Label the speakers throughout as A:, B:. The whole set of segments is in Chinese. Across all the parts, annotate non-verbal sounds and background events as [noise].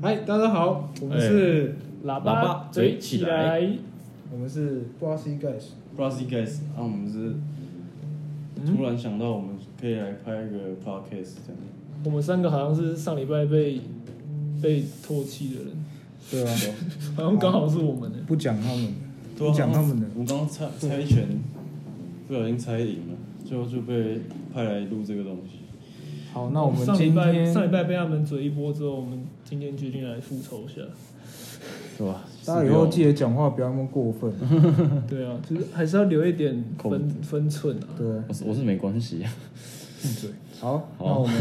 A: 嗨，大家好，我们是，
B: 喇
C: 喇叭嘴起来，
A: 我们是 Bossy Guys，
C: b r o s s y Guys，啊，我们是
A: 嗯
C: 突然想到我们可以来拍一个 podcast 这样。
B: 我们三个好像是上礼拜被被唾弃的人，
A: 对啊，
B: 好像刚好是我们的。
A: 不讲他们，
C: 对啊
A: 不讲他们的
C: 我们刚刚猜猜拳，不小心猜赢了，最后就被派来录这个东西。
A: 好，那我们
B: 上礼
A: 今
B: 拜
A: 天
B: 上礼拜被他们嘴一波之后，我们今天决定来复仇一
C: [laughs]
B: 下。
C: 对吧？
A: 大家以后记得讲话不要那么过分，
B: 对啊，就是还是要留一点
C: 空
B: 分分寸啊。
A: 对，
C: 我是我是没关系 [laughs] 啊。
A: 闭嘴。好，
C: 好
A: 那我们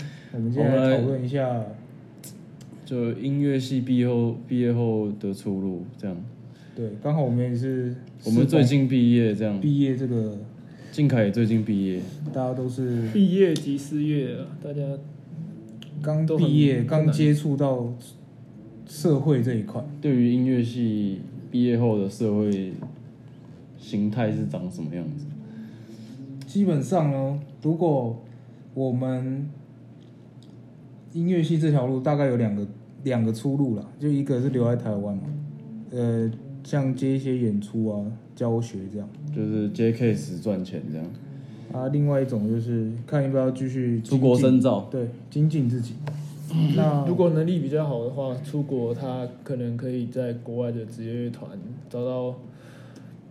A: [laughs] 我们今天
C: 我们
A: 来
C: 来
A: 讨论一下，
C: 就音乐系毕业后毕业后的出路这样，
A: 对，刚好我们也是
C: 我们最近毕业这样，
A: 毕业这个，
C: 靖凯也最近毕业，
A: 大家都是
B: 毕业即失业啊，大家
A: 刚
B: 都很
A: 毕业，
B: 困
A: 刚
B: 难
A: 接触到社会这一块。
C: 对于音乐系毕业后的社会形态是长什么样子？
A: 基本上呢，如果我们音乐系这条路大概有两个两个出路啦，就一个是留在台湾嘛，呃，像接一些演出啊、教学这样
C: 就是接 case 赚钱这样，
A: 啊。另外一种就是看要不要继续
C: 出国
A: 精进
C: 深造。
A: 对，精进自己。
C: 啊
A: 那
B: 如果能力比较好的话，出国他可能可以在国外的职业乐团找到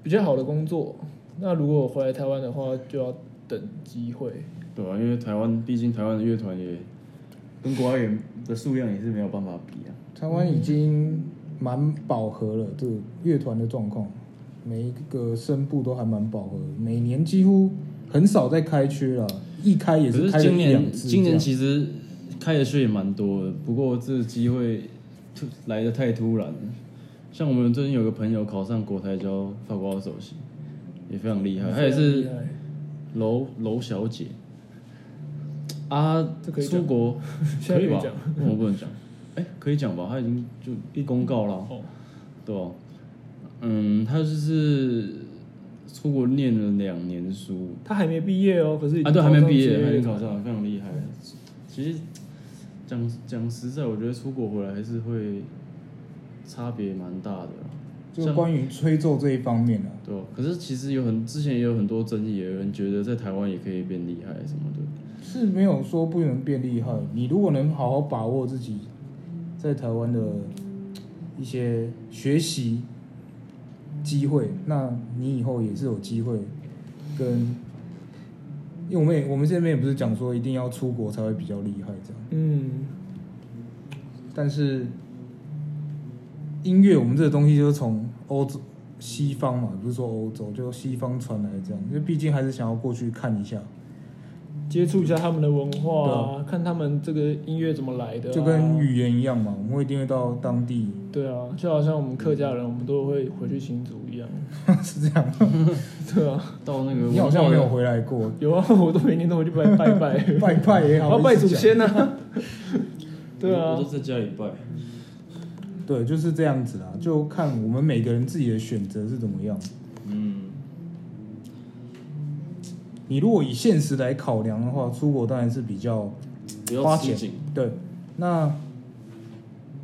B: 比较好的工作。那如果回来台湾的话，就要等机会。
C: 对啊，因为台湾毕竟台湾的乐团也跟国外也的数量也是没有办法比啊。
A: 台湾已经蛮饱和了，这个乐团的状况，每一个声部都还蛮饱和，每年几乎很少在开缺了，一开也
C: 可
A: 开了
C: 今
A: 一两
C: 年
A: 次
C: 今
A: 这
C: 年
A: 样
C: 其实开的税也蛮多的，不过这个机会突来的太突然了。像我们最近有个朋友考上国台交法国奥首席，也非常厉害，他也
B: 非
C: 是
B: 常厉害
C: 楼楼小姐啊
B: 这可以，讲
C: 出国
B: [laughs] 现在
C: 可以
B: 可以
C: 吧
B: 讲？
C: 为什么不能讲？哎、可以讲吧？他已经就一公告了。
B: 哦，
C: 对哦、嗯，他就是出国念了两年书
B: 他还没毕业哦，可是已经
C: 啊，对，还没毕
B: 考上职
C: 业，
B: 业
C: 还没
B: 乐
C: 考
B: 团
C: 上，非常厉害。其实讲讲实在，我觉得出国回来还是会差别蛮大的啦，
A: 就关于吹奏这一方面啊，
C: 对、哦，可是其实有很之前也有很多争议，有人觉得在台湾也可以变厉害什么的，
A: 是没有说不能变厉害。你如果能好好把握自己在台湾的一些学习机会，那你以后也是有机会跟。因为我们也我们这边也不是讲说一定要出国才会比较厉害这样，
B: 嗯，
A: 但是音乐我们这个东西就是从欧洲西方嘛，不是说欧洲，就西方传来这样，因为毕竟还是想要过去看一下，
B: 接触一下他们的文化啊，看他们这个音乐怎么来的啊，
A: 就跟语言一样嘛，我们会一定会到当地，
B: 对啊，就好像我们客家人，我们都会回去新竹一样，
A: [laughs] 是这样。
B: 对啊，
C: 到那个
A: 你好像没
C: 文化
A: 有回来
B: [laughs]
A: 过，
B: 有啊，我都每年都回去拜拜拜。
C: [laughs]
A: 拜拜也
B: 我
A: 好，
B: 要拜祖
A: 一直讲。
B: 先啊。 [laughs] 对啊
C: 我，都在家里拜。
A: 对，就是这样子啦，就看我们每个人自己的选择是怎么样。
C: 嗯，
A: 你如果以现实来考量的话，出国当然是比较
C: 不
A: 花
C: 要
A: 钱
C: 吃紧，
A: 对，那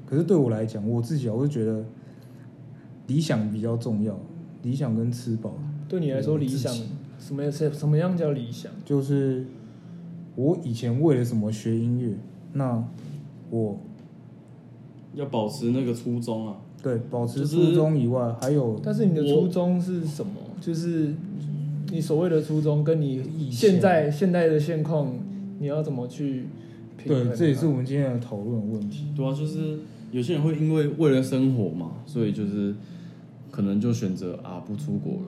A: 可是对我来讲，我自己啊，我就觉得理想比较重要，理想跟吃饱，
B: 对你来说理想什么什什么样叫理想？
A: 就是我以前为了什么学音乐，那我
C: 要保持那个初衷啊。
A: 对保持
C: 就是
A: 初衷以外，还有
B: 但是你的
C: 我
B: 初衷是什么？就是你所谓的初衷，跟
A: 以
B: 你
A: 前
B: 现在现在的现况，你要怎么去平衡啊？
A: 对，这也是我们今天的讨论的问题。
C: 对啊，就是有些人会因为为了生活嘛，所以就是可能就选择啊不出国了，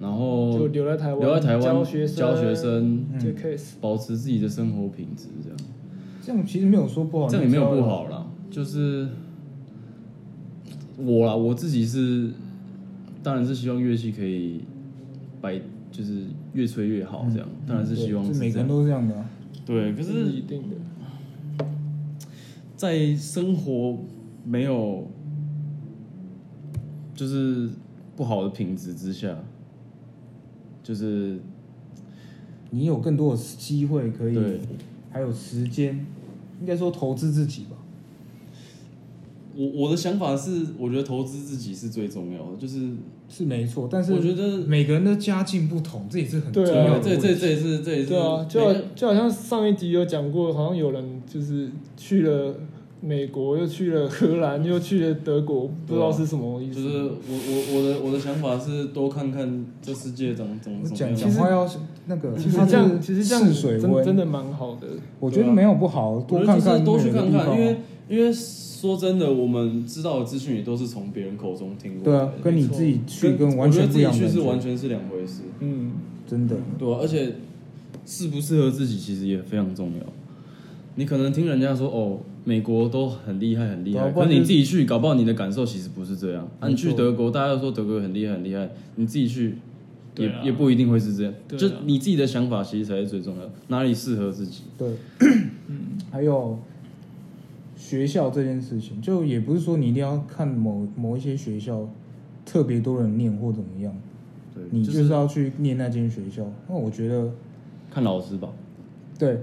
C: 然
B: 就
C: 后
B: 留在台湾，
C: 留在台湾
B: 教学生，
C: 教学生
B: 这 case
C: 保持自己的生活品质，这样
A: 这样其实没有说不好，
C: 这样也没有
A: 你知
C: 不
A: 道吗。
C: 好啦。就是我啦，我自己是当然是希望乐器可以摆，就是越吹越好这样，当然是希望
A: 嗯对
C: 是
A: 就每个
C: 这
A: 人
C: 样。
A: 都是这样的啊、
C: 对，可
B: 这
C: 是
B: 一定的。
C: 在生活没有就是不好的品质之下，就是
A: 你有更多的机会可以
C: 对，
A: 还有时间，应该说投资自己吧。
C: 我我的想法是，我觉得投资自己是最重要的，就是
A: 是没错，但
C: 我
A: 是
C: 觉得
A: 每个人的家境不同，这也是很重
B: 对啊
A: 要的
C: 这
A: 问
C: 这
A: 题。
C: 这也是这也是
B: 对
C: 哎
B: 啊，就
C: 每
B: 好
C: 个
B: 就好像上一集有讲过，好像有人就是去了美国，又去了荷兰，又去了德国，不知道是什么意
C: 就
B: 思。
C: 是我我我的我的想法是多看看这世界长长
A: 我
C: 什么
A: 讲
C: 样
A: 讲
C: 子。
A: 话要那个，
B: 其实
A: 它是
B: 这样，其实这样
A: 试水
B: 真真
A: 温，
B: 的蛮好的。
A: 我觉得没有不好，
C: 啊我
A: 多
C: 觉得
A: 看
C: 就是
A: 看
C: 多去
A: 每个
C: 看
A: 地
C: 看，
A: 方啊
C: 因为因为说真的，我们知道的资讯也都是从别人口中听过
A: 对
C: 来的。
A: 啊，跟你
B: 没错
A: 自己去
C: 跟
A: 跟完全
C: 我觉得
A: 不
C: 自
A: 一样
C: 己
A: 的
C: 去
A: 感
C: 是完
A: 觉，
C: 全是两回事。
B: 嗯，
A: 真的。
C: 对啊，而且适不适合自己其实也非常重要。你可能听人家说哦，美国都很厉害很厉
A: 对
C: 害，
A: 啊不
C: 可
A: 然就
C: 是
A: 是
C: 你自己去，搞不好你的感受其实不是这样。啊，你去
A: 没错
C: 德国，大家都说德国很厉害很厉害，你自己去
B: 对
C: 也
B: 啊
C: 也不一定会是这样。
B: 对啊
C: 就你自己的想法其实才是最重要，哪里适合自己。 [clears throat]
A: 对，嗯还有学校这件事情，就也不是说你一定要看某某一些学校特别多人念或怎么样，
C: 对，
A: 你
C: 就
A: 就是要去念那间学校。那我觉得，
C: 看老师吧。
A: 对，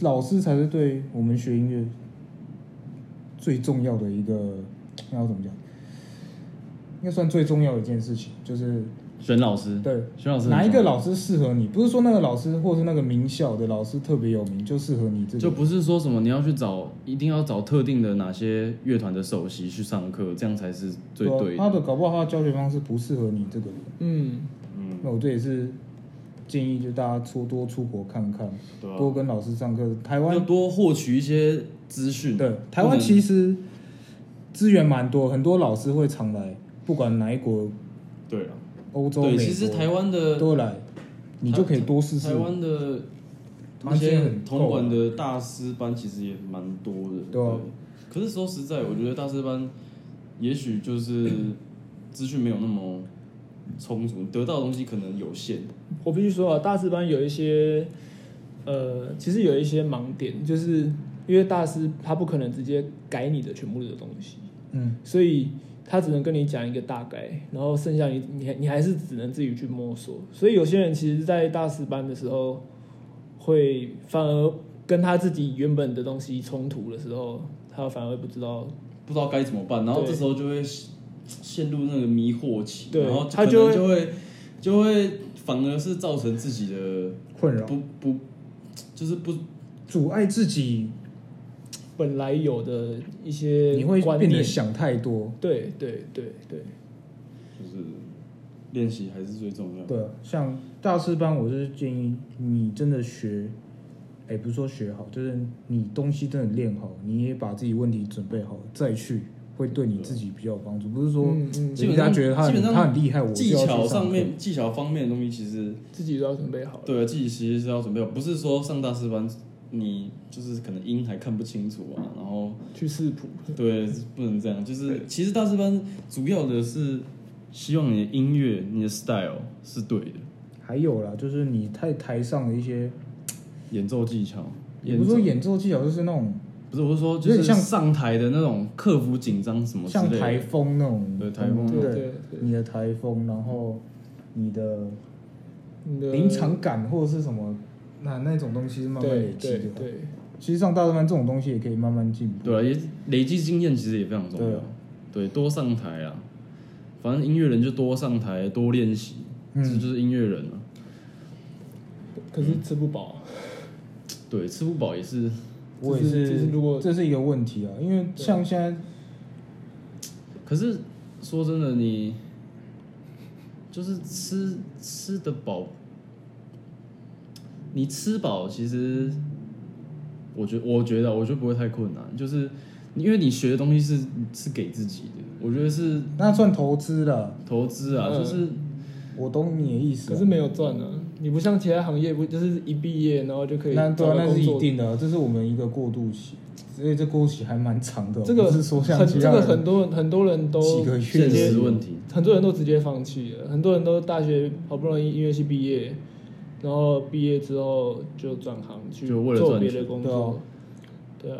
A: 老师才是对我们学音乐最重要的一个，那要怎么讲？应该算最重要的一件事情，就是
C: 选老师，
A: 对
C: 选嗯老师很重要
A: 哪一个老师适合你，不是说那个老师或是那个名校的老师特别有名就适合你这个，
C: 就不是说什么你要去找，一定要找特定的哪些乐团的首席去上课，这样才是最
A: 啊
C: 对
A: 他
C: 的。
A: 的搞不好他的教学方式不适合你这个人。
B: 嗯，
C: 嗯，
A: 那我这也是建议，就大家出多出国看看，
C: 对啊
A: 多跟老师上课。台
C: 要
A: 湾
C: 多获取一些资讯。
A: 对台湾
C: 实
A: 其实资源蛮多，很多老师会常来，不管哪一国，
C: 对啊，
A: 欧洲、美
C: 对，
A: 国
C: 其实台湾的
A: 都来，你就可以多试试
C: 台。湾的那
A: 蛮多
C: 些
A: 人很啊
C: 铜管的大师班其实也蛮多的。
A: 对啊
C: 可是说实在，我觉得大师班也许就是资讯没有那么充足，得到的东西可能有限。
B: 我必须说啊，大师班有一些，呃，其实有一些盲点，就是因为大师他不可能直接改你的全部的东西，
A: 嗯，
B: 所以他只能跟你讲一个大概，然后剩下你你还你还是只能自己去摸索。所以有些人其实，在大师班的时候，会反而跟他自己原本的东西冲突的时候，他反而会不知道，
C: 不知道该怎么办，然后
B: 对
C: 这时候就会陷入那个迷惑期，
B: 对
C: 然后
B: 他
C: 就
B: 就
C: 就会就会反而是造成自己的
A: 困扰
C: 不不就是不
A: 阻碍自己，
B: 本来有的一些
A: 你会
B: 观
A: 变
B: 念
A: 得。想太多。
B: 对对对对，
C: 就是练习还是最重要。
A: 对啊，像大师班，我就是建议你真的学，哎、不是说学好，就是你东西真的练好，你也把自己问题准备好再去，会对你自己比较有帮助。不是说
B: 嗯嗯，
C: 基
A: 人
C: 本上
A: 家觉得他
C: 基
A: 很
C: 本上
A: 他很厉害，我就
C: 技
A: 要去
C: 巧上
A: 课
C: 面、技巧方面的东西，其实
B: 自己都要准备好了。
C: 对啊，自己其实是要准备好，不是说上大师班你就是可能音还看不清楚啊，然后
B: 去视谱， [laughs]
C: 对，不能这样。就是其实大师班主要的是希望你的音乐、你的 style 是对的，
A: 还有啦，就是你在台上的一些，
C: 演奏技巧，
A: 也
C: 演
A: 不是
C: 奏
A: 说演奏技巧，就是那种
C: 不是我是说
A: 有
C: 就是
A: 点像
C: 上台的那种克服紧张什么之
A: 像
C: 类
A: 台啊
C: 的。
A: 风那种，嗯
C: 对台风
A: 对
B: 对对
A: 不
B: 对
A: 对，你的台风，然后你的
B: 你的
A: 临场感或者是什么，那那种东西是慢慢累
B: 对
A: 积
B: 对
A: 的。
B: 对，
A: 其实上大师班这种东西也可以慢慢进步。
C: 对啊，也累积经验其实也非常重
A: 对
C: 要
A: 啊。
C: 对，多上台啊，反正音乐人就多上台，多练习，这
A: 嗯
C: 就是音乐人啊。
B: 可是吃不饱，啊
C: 对，吃不饱也是
A: 我也
B: 这是这是如果
A: 这是一个问题啊，因为像现在
C: 可是说真的，你就是吃吃得饱，你吃饱其实，我觉我觉得啊我觉得不会太困难，就是因为你学的东西是是给自己的，我觉得是
A: 那算投资了，
C: 投资啊，
B: 嗯
C: 就是
A: 我懂你的意思啊、
B: 可是没有赚啊。你不像其他行业，不就是一毕业然后就可以
A: 那
B: 找
A: 对啊、
B: 到
A: 那是
B: 工
A: 一
B: 作？
A: 定的啊，这是我们一个过渡期，所以这过渡期还蛮长的哦、
B: 这个
A: 不是说像
B: 很
A: 其
B: 这
A: 他
B: 个
A: 人
B: 很多人很多人都
A: 几个
C: 现
A: 月
C: 实问题。
B: 很多人都直接放弃了，很多人都大学好不容易音乐系毕业，然后毕业之后就转行去
C: 就为了
B: 做
C: 赚
B: 别
C: 钱
B: 的工
A: 啊
B: 作。对啊，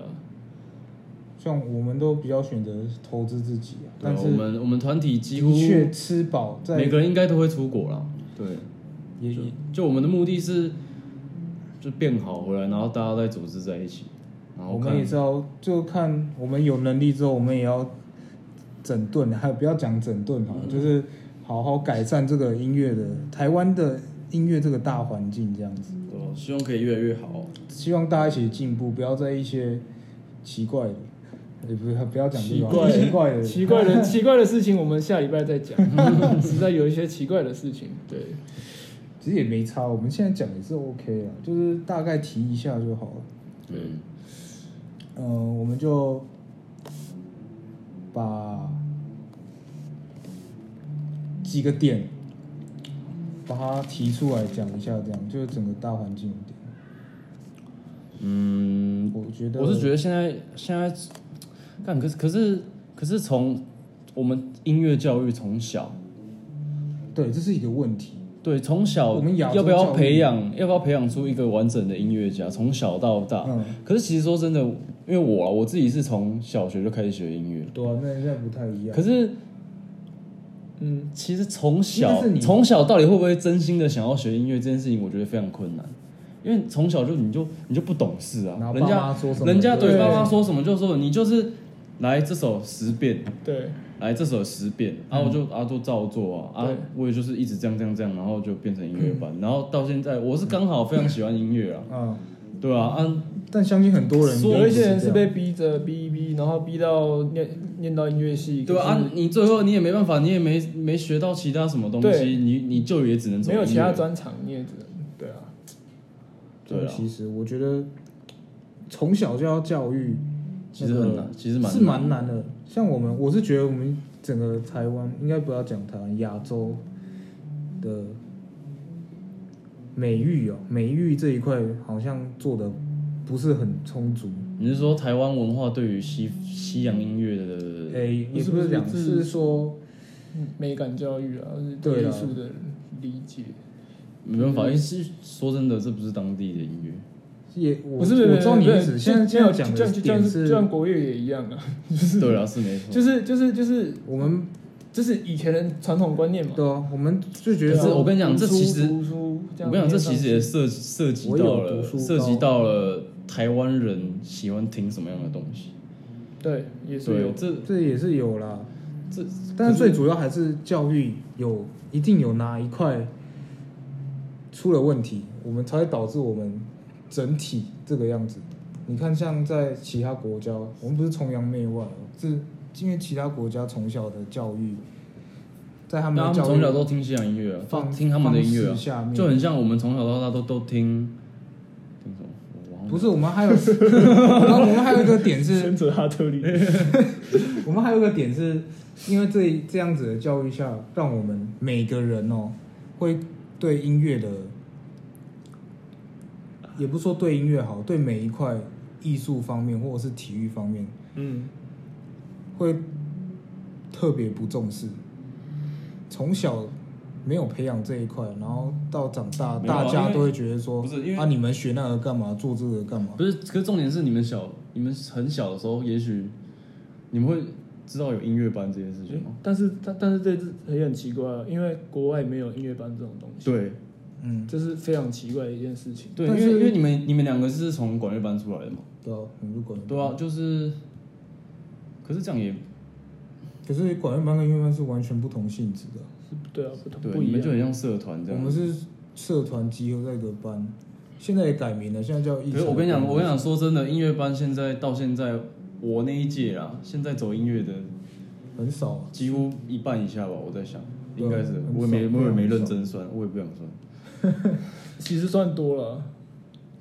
A: 像我们都比较选择投资自己、啊，
C: 对
A: 但
C: 啊我
A: 是
C: 们我们团体几乎
A: 的确吃饱在
C: 每个人应该都会出国啦。对，
A: 也
C: 就就我们的目的是就变好回来，然后大家再组织在一起，然后
A: 我
C: 看
A: 们也是要就看我们有能力之后，我们也要整顿，还有不要讲整顿
B: 嗯
A: 哈，就是好好改善这个音乐的台湾的音乐这个大环境这样子。
C: 对吧希望可以越来越好。
A: 希望大家一起进步，不要在一些奇怪的，也不是不要讲这种
B: 奇怪的
A: 奇怪的
B: 奇怪的奇怪的事情，我们下礼拜
A: [laughs]
B: 再讲。实在有一些奇怪的事情，对，
A: 其实也没差，我们现在讲也是 OK 啊，就是大概提一下就好了。
C: 嗯，
A: 嗯、我们就把几个点把它提出来讲一下，这样就是整个大环境的点。
C: 嗯，
A: 我觉得
C: 我是觉得现在现在，干可是可是可是从我们音乐教育从小，
A: 对，这是一个问题。
C: 对从小
A: 我们亚洲
C: 要不要
A: 教育
C: 培养要不要培养出一个完整的音乐家，从小到大。
A: 嗯，
C: 可是其实说真的，因为我啊我自己是从小学就开始学音乐，
A: 对啊，那现在不太一样。
C: 可是
B: 嗯，
C: 其实从
A: 因为
C: 小
A: 是你
C: 从小到底会不会真心的想要学音乐这件事情，我觉得非常困难，因为从小就你就你就不懂事啊
A: 然后，
C: 人
A: 爸妈
C: 家
A: 说什么，
C: 人家对
B: 对
C: 爸妈说什么就说什么你就是来这首十遍，
B: 对，
C: 来这首十遍，然后我就啊都照做啊，啊
B: 嗯对嗯
C: 我也就是一直这样这样这样，然后就变成音乐班，然后到现在我是刚好非常喜欢音乐啊，
A: 嗯，
C: 对啊，啊
B: 嗯
A: 但相信很多人
B: 有一些人
A: 是
B: 是
A: 这样
B: 被逼着逼一逼，然后逼到念念到音乐系，
C: 对啊，
B: 可
C: 啊你最后你也没办法，你也没没学到其他什么东西，
B: 对
C: 你你就也只能
B: 是
C: 走
B: 没有
C: 音
B: 其他
C: 乐
B: 专长，你也只能对啊，
C: 对啊
A: 这其实我觉得从小就要教育，
C: 其实很难，其实蛮
A: 是蛮难的。像我们，我是觉得我们整个台湾，应该不要讲台湾，亚洲的美育哦，美育这一块好像做的不是很充足。
C: 你是说台湾文化对于西西洋音乐的？
A: 诶、
B: 不
A: 也
B: 是
A: 不是讲，
B: 不是
A: 是说
B: 嗯美感教育啊，是
A: 对
B: 对
A: 啊
B: 艺术的理解，
C: 没办
B: 嗯
C: 法，因为是说真的，这不是当地的音乐。
A: 也我
B: 不是，不是
A: 我知道你
B: 不
A: 的
B: 是
A: 意思。现在
B: 就
A: 现在讲
B: 就
A: 的
B: 就就
A: 点，
B: 像就是
A: 嗯
B: 像国乐也一样啊，
C: 对啊，是没错。
B: 就是就是就是
A: 我们
B: 就是以前人传统观念嘛，
A: 对啊，我们就觉
C: 可
A: 得
C: 是我跟你讲，这
B: 读书
C: 其实
B: 读书
C: 我跟你讲，这其实也
B: 也
C: 涉涉及
A: 我
C: 到
A: 有
C: 了
A: 读书
C: 涉及到了台湾人喜欢听什么样的东西。
B: 对，也是
C: 对，
B: 有
C: 这
A: 这也是有啦，
C: 这
A: 但是最主要还是教育有一定有哪一块出了问题，我们才会导致我们整体这个样子。你看，像在其他国家，我们不是崇洋媚外哦，是因为其他国家从小的教育，在他
C: 他
A: 们的
C: 们
A: 教
C: 从
A: 育
C: 小都听西洋音乐啊，
A: 方
C: 听他们的音乐
A: 方式
C: 啊，
A: 下面
C: 就很像我们从小到大都都听听什么？我忘了
A: 不 [laughs] 是我们还有，然后我们还有一个点是，
B: 者哈特利，
A: [laughs] 我们还有一个点是，因为这这样子的教育下，让我们每个人哦，会对音乐的，也不是说对音乐好，对每一块艺术方面或者是体育方面，
B: 嗯，
A: 会特别不重视。从小没有培养这一块，然后到长大，
C: 没有啊
A: 大家
C: 因为
A: 都会觉得说，
C: 不是因为
A: 啊，你们学那个干嘛，做这个干嘛？
C: 不是，可是重点是你们小，你们很小的时候，也许你们会知道有音乐班这件事情吗？
B: 但是但但是这次也很奇怪，啊因为国外没有音乐班这种东西，
C: 对
A: 嗯，
B: 这是非常奇怪的一件事情。
C: 对，因
A: 但
C: 为
A: 是
C: 因为你们你们两个是从管乐班出来的嘛？
A: 对啊，如果
C: 对啊，就是，可是这样也
A: 可是管乐班跟音乐班是完全不同性质的。
B: 是对啊，不同
C: 对，
B: 不
C: 你
B: 一
C: 们就
B: 样。
C: 很像社团这
A: 我
C: 样。
A: 们是社团集合在一个班，现在也改名了，现在叫艺
C: 可
A: 才
C: 是
A: 班。
C: 我跟你讲，我跟你讲，说真的，音乐班现在到现在，我那一届啊，现在走音乐的
A: 很少啊、
C: 几乎一半以下吧，我在想，
A: 对
C: 应该是
A: 很少
C: 我也没我也没
A: 很少
C: 认真算，我也不想算，
B: 其实算多了，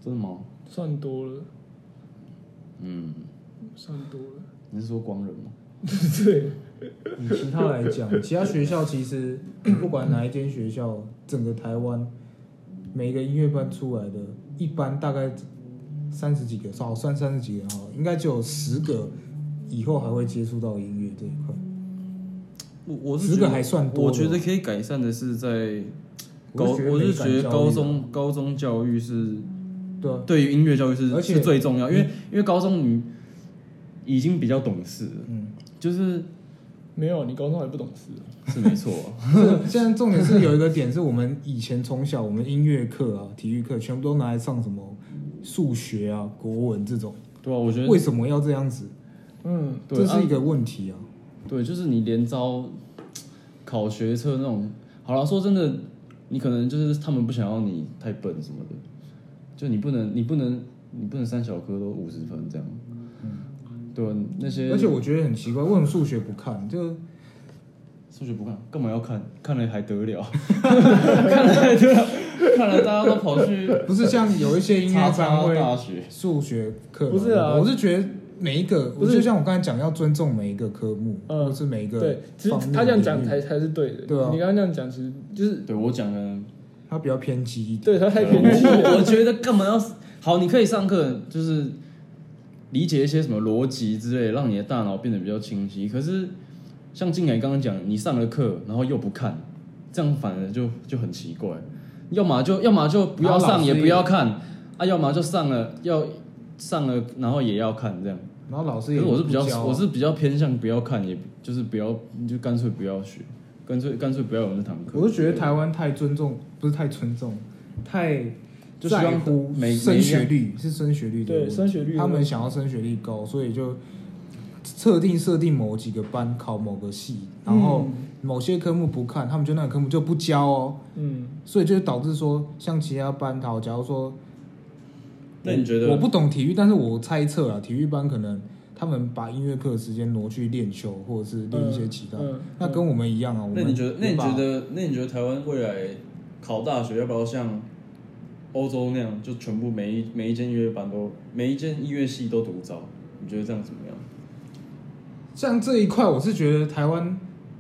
C: 真的吗？
B: 算多了，
C: 嗯，
B: 算多了。
C: 你是说光人吗？
B: 对，
A: 以其他来讲，其他学校其实不管哪一间学校，整个台湾每一个音乐班出来的，一般大概三十几个，少算三十几个哈，应该就有十个以后还会接触到音乐这一块。
C: 我我
A: 十
C: 是
A: 个
C: 觉得
A: 还算多
C: 我
A: 的
C: 觉得可以改善的是在高，
A: 我是觉得
C: 我是
A: 美感
C: 觉得
A: 教育
C: 高
A: 啊
C: 中高中教育是
A: 对啊，
C: 对于音乐教育是
A: 而且嗯
C: 是最重要，因为因为高中你已经比较懂事了，
A: 嗯，
C: 就是
B: 没有你高中还不懂事，
C: [laughs] 是没错啊、
A: 是 [laughs] 现在重点是有一个点是我们以前从小我们音乐课啊、体育课全部都拿来上什么数学啊、国文这种。
C: 对啊，我觉得
A: 为什么要这样子？
B: 嗯，
C: 对
A: 这
C: 啊
A: 是一个问题啊。
C: 对，就是你连招考学测那种，好了，说真的，你可能就是他们不想要你太笨什么的，就你不能，你不能，你不能三小科都五十分这样。对，啊那些
A: 而且我觉得很奇怪，为什么数学不看？就
C: 数学不看，干嘛要看？看了还得了？ [laughs] 看了还得了？ [laughs] 看了大家都跑去 [laughs]
A: 不是像有一些音乐班
C: 叉叉
A: 会
C: 大学，
A: 数学课嘛，
B: 不是啊
A: 我是觉得每一个，
B: 不
A: 我
B: 是
A: 就像我刚才讲，要尊重每一个科目，
B: 嗯
A: 或是每一个
B: 对，其实
A: 方面
B: 他这样讲
A: 领域
B: 才才是对的。
A: 对啊
B: 你刚刚这样讲，其实就是
C: 对我讲的
A: 它比较偏激一点。
B: 对他太偏激了。
C: 我我觉得干嘛要好？你可以上课就是理解一些什么逻辑之类，让你的大脑变得比较清晰。可是像静凯刚刚讲，你上了课然后又不看，这样反而就就很奇怪。要么就要么就不要
A: 然后老
C: 上，
A: 师
C: 也
A: 也
C: 不要看啊；要么就上了要上了，然后也要看这样。
A: 然后老
C: 可
A: 师也
C: 是我是比较
A: 不教啊
C: 我是比较偏向不要看，也就是不要你就干脆不要学，干脆干脆不要有那堂课。
A: 我是觉得台湾太尊重，不是太尊重，太
C: 就希望
A: 在乎
C: 每每一
A: 升学率是升学率的
B: 对
A: 问题
B: 升学率的
A: 他
B: 问
A: 们
B: 题
A: 想要升学率高，所以就特定设定某几个班考某个系，然后
B: 嗯
A: 某些科目不看，他们就那个科目就不教哦，
B: 嗯，
A: 所以就导致说像其他班，好，假如说
C: 那你觉得
A: 我不懂体育，但是我猜测啊，体育班可能他们把音乐课的时间挪去练球，或者是练一些其他，
B: 嗯嗯
A: 那跟我们一样啊。我
C: 那
A: 们
C: 你觉得？那你
A: 把
C: 觉得？那你觉得台湾未来考大学要不要像欧洲那样，就全部每一每一间音乐班都每一间音乐系都独招？你觉得这样怎么样？
A: 像这一块，我是觉得台湾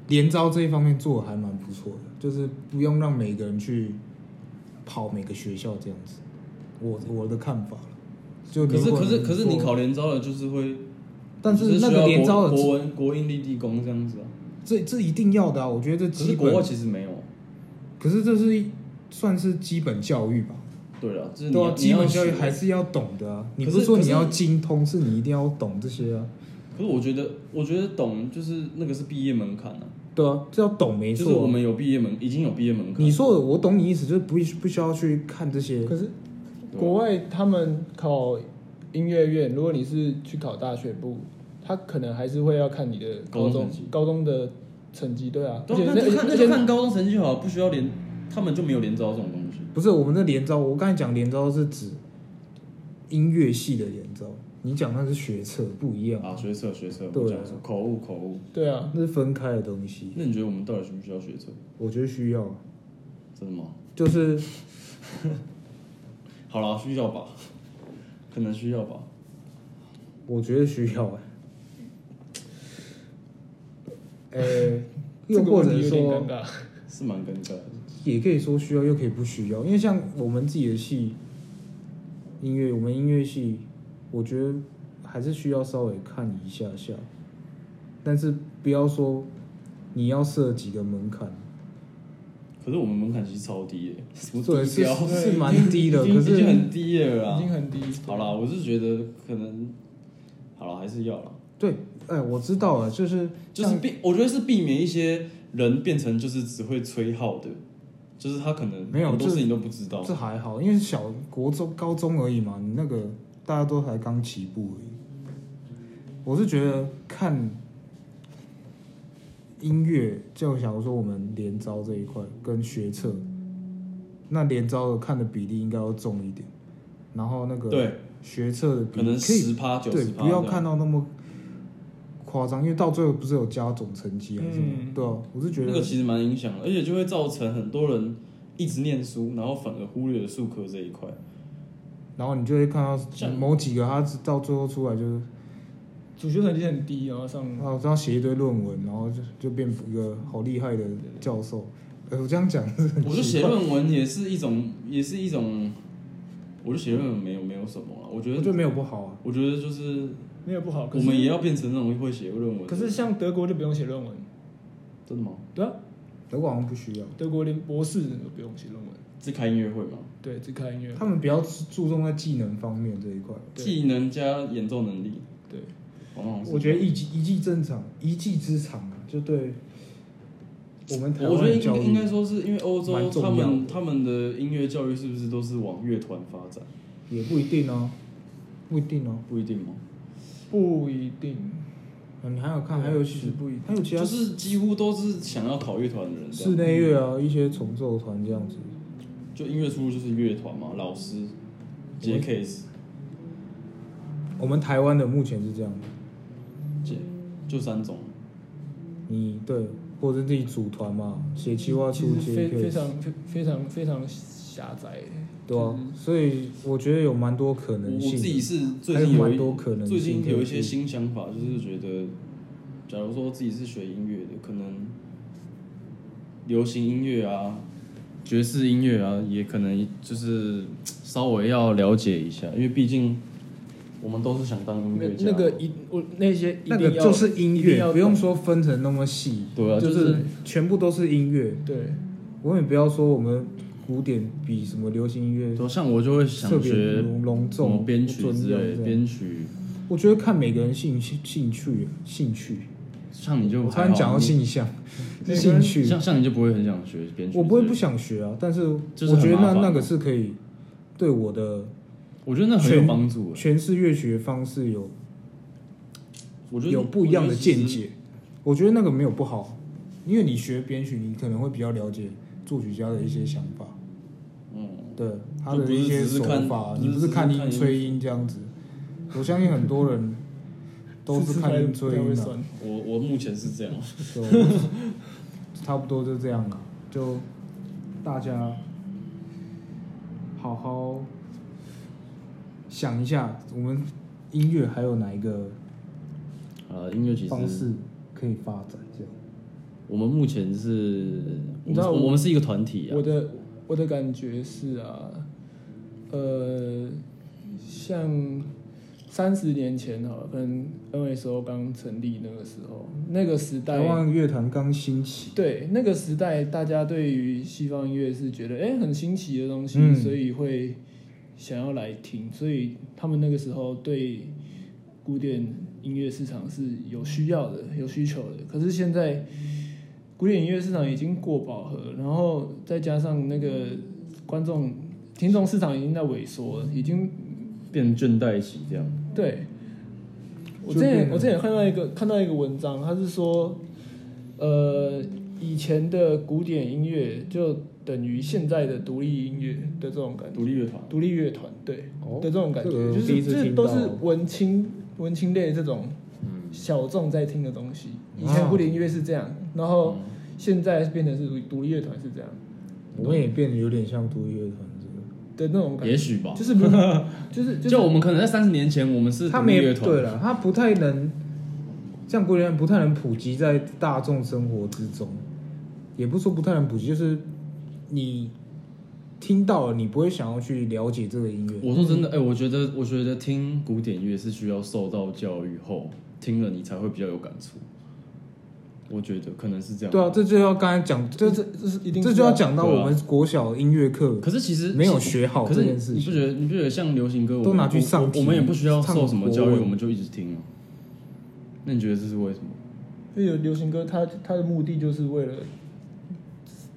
A: 连招这一方面做的还蛮不错的，就是不用让每个人去跑每个学校这样子。我我的看法就
C: 可是
A: 如果
C: 可是可是你
A: 说
C: 考，联招了，就是会，
A: 但
C: 只
A: 是那
C: 需要
A: 个连招的
C: 国国
A: 这
C: 文、国英、立地公这样子啊。
A: 这这一定要的啊，我觉得这
C: 可
A: 基
C: 是国外
A: 本，
C: 其实没有啊。
A: 可是这是一算是基本教育吧。
C: 对了，就是你
A: 对
C: 要
A: 啊，
C: 你
A: 基
C: 要
A: 本教育
C: 学
A: 还是要懂的啊。你
C: 可
A: 不
C: 是
A: 是说
C: 可
A: 你
C: 是
A: 要精通，是你一定要懂这些啊。
C: 可是我觉得，我觉得懂就是那个是毕业门槛啊，
A: 对啊，这要懂没
C: 就是
A: 错啊、
C: 我们有毕业门，已经有毕业门槛。
A: 你说的我懂你意思，就是不需不需要去看这些。
B: 可是
C: 对啊
B: 国外他们考音乐院，如果你是去考大学部，他可能还是会要看你的高
C: 高中
B: 中
C: 成绩
B: 高中的成绩，对啊，而
C: 对
B: 且
C: 啊，
B: 那
C: 那就看
B: 而
C: 那
B: 且
C: 就看高中成绩好，啊不需要连，他们就没有连招这种东西。
A: 不是我们的连招，我刚才讲连招是指音乐系的连招，你讲那是学测不一样，
B: 哦
C: 啊，学测学测，
A: 对
C: 我讲错，口误口误。
B: 对啊，
A: 那是分开的东西。
C: 那你觉得我们到底需不需要学测？
A: 我觉得需要，
C: 真的吗？
A: 就是
C: 好啦，需要吧，可能需要吧。
A: 我觉得需
B: [laughs]
A: 要哎、呃，又
B: 这个
A: 或
B: 问
A: 者
B: 题有点
A: 说，
B: 尴尬。
C: 是蛮尴尬的。
A: 也可以说需要，又可以不需要，因为像我们自己的系音乐，我们音乐系，我觉得还是需要稍微看一下下，但是不要说你要设几个门槛。
C: 可是我们门槛其实超低耶、什么
A: 对，
C: 低
A: 是
C: 标，
A: 是蛮低的，
C: 已经
A: 可
C: 已经
A: 是
C: 很低了
B: 已经
C: 啦。
B: 很低。
C: 好啦，我是觉得可能，好啦，还是要啦。
A: 对，哎，我知道了，就是
C: 就是避，我觉得是避免一些人变成就是只会吹号的，就是他可能
A: 没有
C: 很多
A: 这
C: 事情都不知道。
A: 这还好，因为小国中、高中而已嘛，你那个大家都还刚起步而已。我是觉得看音乐，就假如说我们连招这一块跟学测，那连招的看的比例应该要重一点，然后那个
C: 对，
A: 学测的比
C: 可
A: 例
C: 能
A: 可以
C: 十趴九
A: 对，
C: 十趴。
A: 不要看到那么夸张，因为到最后不是有加总成绩还是什么？
B: 嗯
A: 对啊，我是觉
C: 那个
A: 得
C: 其实蛮影响的，而且就会造成很多人一直念书，然后反而忽略了数科这一块。
A: 然后你就会看到
C: 像
A: 某几个他到最后出来就是。
B: 主修成绩很低，然后上
A: 然后这样写一堆论文，然后就就变一个好厉害的教授。呃，我这样讲是很
C: 我就
A: 奇
C: 写
A: 怪，
C: 论文也是一种，也是一种，我就写论文没有没有什么了。我觉
A: 我哦
C: 得
A: 觉得没有不好啊。
C: 我觉得就是
B: 没有不好，可
C: 我
B: 是
C: 们也要变成那种会写论文的。
B: 可是像德国就不用写论文，
C: 真的吗？
B: 对啊，
A: 德国好像不需要，
B: 德国连博士都不用写论文，
C: 是开音乐会吗？
B: 对，只看音乐，
A: 他们比较注重在技能方面这一块。
B: 对
C: 技能加演奏能力，
B: 对，
C: 往往是
A: 我觉得一技一技正常，一技之长啊，就对我们台
C: 我觉得
A: 湾
C: 应
A: 教
C: 该应该
A: 育
C: 说是因为欧洲
A: 蛮重
C: 他
A: 要
C: 们
A: 的
C: 他们的音乐教育是不是都是往乐团发展？
A: 也不一定哦，不一定哦。
C: 不一定吗？
B: 不一定，
A: 哦你还有看，还有其实不一，还有其他
C: 啊就是几乎都是想要考乐团的人这
A: 室
C: 样，
A: 内乐啊，一些重奏团这样子。
C: 就音乐出路就是乐团嘛，老师接 case
A: 我们台湾的目前是这样的，
C: 接就三种，
A: 你对，或者自己组团嘛，写企划
B: 其
A: 书
B: 实
A: 接
B: 非非
A: case，
B: 常非非常非常狭窄的。
A: 对啊，所以我觉得有蛮多可
C: 我
A: 能
C: 嗯我
A: 性的。
C: 自己是最
A: 还有
C: 近有
A: 蛮
C: 一
A: 多可能性
C: 最近有一
A: 可
C: 些
A: 以
C: 新想法，就是觉得，假如说自己是学音乐的，可能流行音乐啊、爵士音乐啊，也可能就是稍微要了解一下，因为毕竟我们都是想当音
B: 那
C: 乐家。
B: 那个一我那些一
A: 那
B: 定
A: 个
B: 要
A: 就是音
B: 一定
A: 乐，
B: 要
A: 不用说分成那么细，
C: 对啊，
A: 就
C: 就是
A: 是全部都是音乐。
B: 对，
A: 我也不要说我们古典比什么流行音乐
C: 对啊像我就会
A: 特
C: 想
A: 别
C: 学
A: 隆隆
C: 什么
A: 重、
C: 编曲
A: 尊
C: 之
A: 重
C: 类，
A: 这样
C: 编曲
A: 我觉得看每个人兴趣、兴趣、兴趣。
C: 像你就
A: 我突
C: 还
A: 然
C: 好，
A: 讲到
C: 你
A: 性向，是 [laughs]
B: 每个
A: 兴
B: 人
A: 趣。
C: 像像你就不会很想学编曲之类的，
A: 我不会不想学啊，但是
C: 就是
A: 我
C: 很
A: 觉得
C: 麻
A: 那
C: 烦
A: 那个是可以对我的
C: 我觉得那很有
A: 全
C: 帮助欸。
A: 诠释乐曲的方式有
C: 我觉得
A: 有不一样的见
C: 我觉得其实
A: 解。我觉得那个没有不好，因为你学编曲，你可能会比较了解作曲家的一些想法，
C: 嗯。
A: 对他
C: 就
A: 的
C: 不是
A: 一些
C: 只是
A: 手
C: 看
A: 法，
C: 不
A: 你
C: 是
A: 不
C: 只
A: 是
C: 是
A: 看
C: 看
A: 音
C: 音
A: 吹音这样子。我相信很多人都
B: 吃
A: 是
B: 吃
A: 看
B: 饭
A: 音吹
C: [laughs]
B: 比较会
A: 音啊，
B: 算
C: 我我目前是这样，
A: 就差不多就这样了，就大家好好想一下，我们音乐还有哪一个
C: [laughs] 呃，音乐其
A: 方
C: 实
A: 式可以发展？这样。
C: 我们目前是，我
B: 你
C: 们
B: 知道
C: 我们是一个团体啊
B: 我，的我的感觉是啊，呃，像三十年前好了，可能 NSO 刚成立那个时候，那个时代
A: 台湾乐坛刚兴起，
B: 对，那个时代大家对于西方音乐是觉得哎、诶很新奇的东西，
A: 嗯
B: 所以会想要来听，所以他们那个时候对古典音乐市场是有需要的、有需求的。可是现在古典音乐市场已经过饱和，然后再加上那个观众、听众市场已经在萎缩了，已经
C: 变倦怠期这样。
B: 对，我
A: 就
B: 之前
A: 变得
B: 我之前看到一个看到一个文章，他是说，呃，以前的古典音乐就等于现在的独立音乐的这种感觉，
C: 独立乐团，
B: 独立乐团对、
A: 哦
B: 的这种感觉，
A: 这个
B: 就
A: 第一
B: 是
A: 次
B: 这
A: 听
B: 都是
A: 到哦
B: 文青文青类这种
C: 嗯，
B: 小众在听的东西。以
A: 哇
B: 前古典音乐是这样，然
C: 嗯
B: 后现在变成是独立乐团是这样
A: 我们也变得有点像独立乐团这
B: 的那种感
C: 也
B: 觉，
C: 许吧
B: 就。是不是
A: [laughs]
B: 就是就是
C: 就我们可能在三十年前，我们是
A: 个，他
C: 独立
A: 们也
C: 乐团，
A: 对了，他不太能像国人不太能普及在大众生活之中，也不是说不太能普及，就是你听到了，你不会想要去了解这个音乐。
C: 我说真的，哎、我觉得，我觉得听古典乐是需要受到教育后听了你才会比较有感触。我觉得可能是这样。
A: 对啊，这就要刚才讲，
B: 这
A: 这
B: 这这是一定
A: 这
B: 是
A: 就
B: 啊
A: 要讲到
C: 对啊
A: 我们国小音乐课
C: 可是其实
A: 没有学好
C: 可
A: 这
C: 是
A: 件事
C: 你你不
A: 情。
C: 觉得你不觉得像流行歌，我
A: 都
C: 们
A: 拿去上
C: 我我
A: 题
C: 我们也不需要
A: 上
C: 受什么教
A: 国
C: 育，
A: 文
C: 我们就一直听啊。那你觉得这是为什么？
B: 因为有流行歌，它它的目的就是为了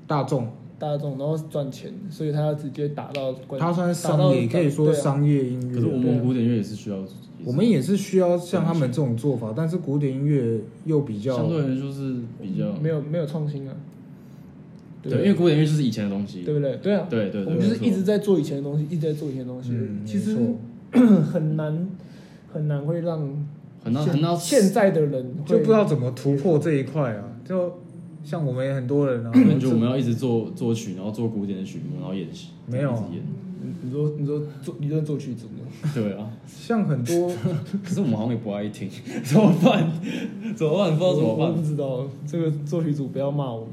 A: 大众，
B: 大众，然后赚钱，所以它要直接打到观
A: 它算是
B: 打到
A: 商业，可以说
B: 对啊
A: 商业音乐。
C: 可是我
B: 对啊
C: 们古典乐也是需要，
A: 我们也是需要像他们这种做法，但是古典音乐又比较嗯
C: 相对来说就是比较
B: 没有没有创新啊，对
C: 对，因为古典乐就是以前的东西。
B: 对不对？对啊，
C: 对对对，
B: 我们就是
C: 没错
B: 一直在做以前的东西，一直在做以前的东西，
A: 嗯，
B: 其实
A: 没错
B: [clears throat] 很难很难会让
C: 很到
B: 现
C: 很到
B: 现在的人会
A: 就不知道怎么突破这一块啊。就像我们也很多人
C: [clears throat]
A: 啊，
C: 可能就我们要一直做作曲，然后做古典的曲目，然后演戏，
A: 没有
C: 一
A: 啊
C: 直演。
B: 你你说你说做理论作曲组吗？
C: 对啊，
A: 像很多
C: 可是我们好像也不爱听， [laughs] 怎么办？ [laughs] 怎么办？不知道怎么
B: 我我不
C: 办。
B: 知道这个作曲组不要骂我，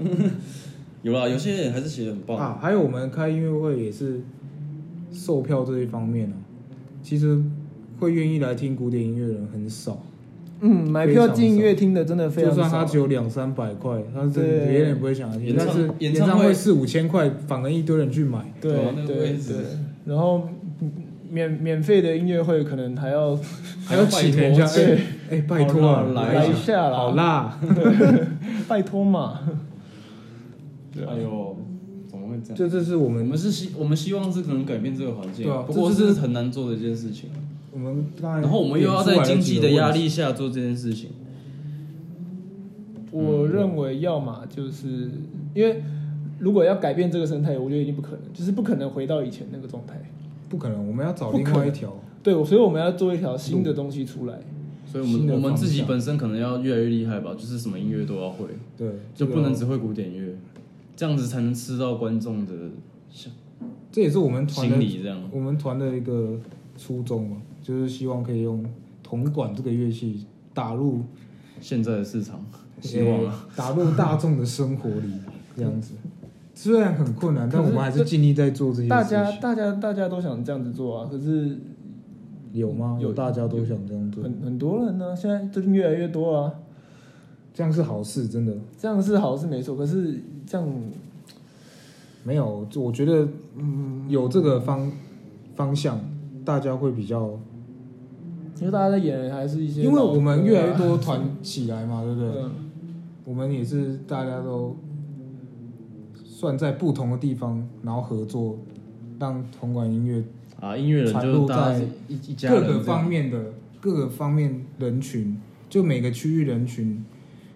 C: 有啦，有些人还是写的很棒。
A: 啊，还有我们开音乐会也是售票这一方面啊，其实会愿意来听古典音乐的人很少，
B: 嗯，买票进音乐厅的真的非
A: 就
B: 常
A: 算他
B: 少，
A: 只有两三百块，他是
B: 对
A: 别人也不会想来听。
C: 演唱
A: 但是
C: 演唱
A: 唱
C: 会
A: 会四五千块，反而一堆人去买。
B: 对
C: 对啊那个
B: 对
C: 位置
B: 对，然后嗯免免费的音乐会可能还要
A: 还要请人家，哎哎，拜托啊
C: 好，啦
B: 来一下啦，
A: 好啦，
B: 拜托嘛。
A: 嗯
C: 哎呦，怎么会这样？
A: 这这是我
C: 我
A: 们
C: 们是希我们希望是可能改变这个环境，
A: 对啊
C: 不过
A: 这就是
C: 是很难做的一件事情。
A: 我们刚才
C: 然后我们又要在
A: 点出来
C: 经济的
A: 几个
C: 压
A: 问题，
C: 力下做这件事情，
B: 我认为要么就是因为如果要改变这个生态，我觉得一定不可能，就是不可能回到以前那个状态。
A: 不可能，我们要找
B: 不
A: 另
B: 可
A: 外
B: 能
A: 一条。
B: 对，我所以我们要做一条新的东西出来。
C: 所以我
A: 新
C: 们
A: 的
C: 我们
A: 方
C: 自己
A: 向
C: 本身可能要越来越厉害吧，就是什么音乐都要会，
A: 对，这
C: 就
A: 个
C: 不能只会古典乐，这样子才能吃到观众的
A: 这也是我们团
C: 心
A: 的
C: 理，这样
A: 我们团的一个初衷嘛，就是希望可以用铜管这个乐器打入呃
C: 现在的市场希望啊。
A: [laughs] 打入大众的生活里，这样子。虽然很困难，但我们还是尽力在嗯做这些事情。
B: 大家大家大家都想这样子做啊，可是
A: 有吗？有，大家都想这样做，
B: 很很多人呢、现在最近越来越多啊。
A: 这样是好事，真的。
B: 这样是好是没错，可是这样
A: 没有，我觉得，嗯，有这个方方向，大家会比较，
B: 因为大家在演还是一些
A: 因为我们越来越
B: 老歌啊
A: 多团起来嘛，对不对？
B: 嗯
A: 我们也是大家都算在不同的地方，然后合作，让铜管音乐
C: 啊，音乐人
A: 传
C: 就是
A: 入
C: 大家
A: 在
C: 一一家
A: 各
C: 人
A: 个
C: 这样
A: 方面的各个方面人群，就每个区域人群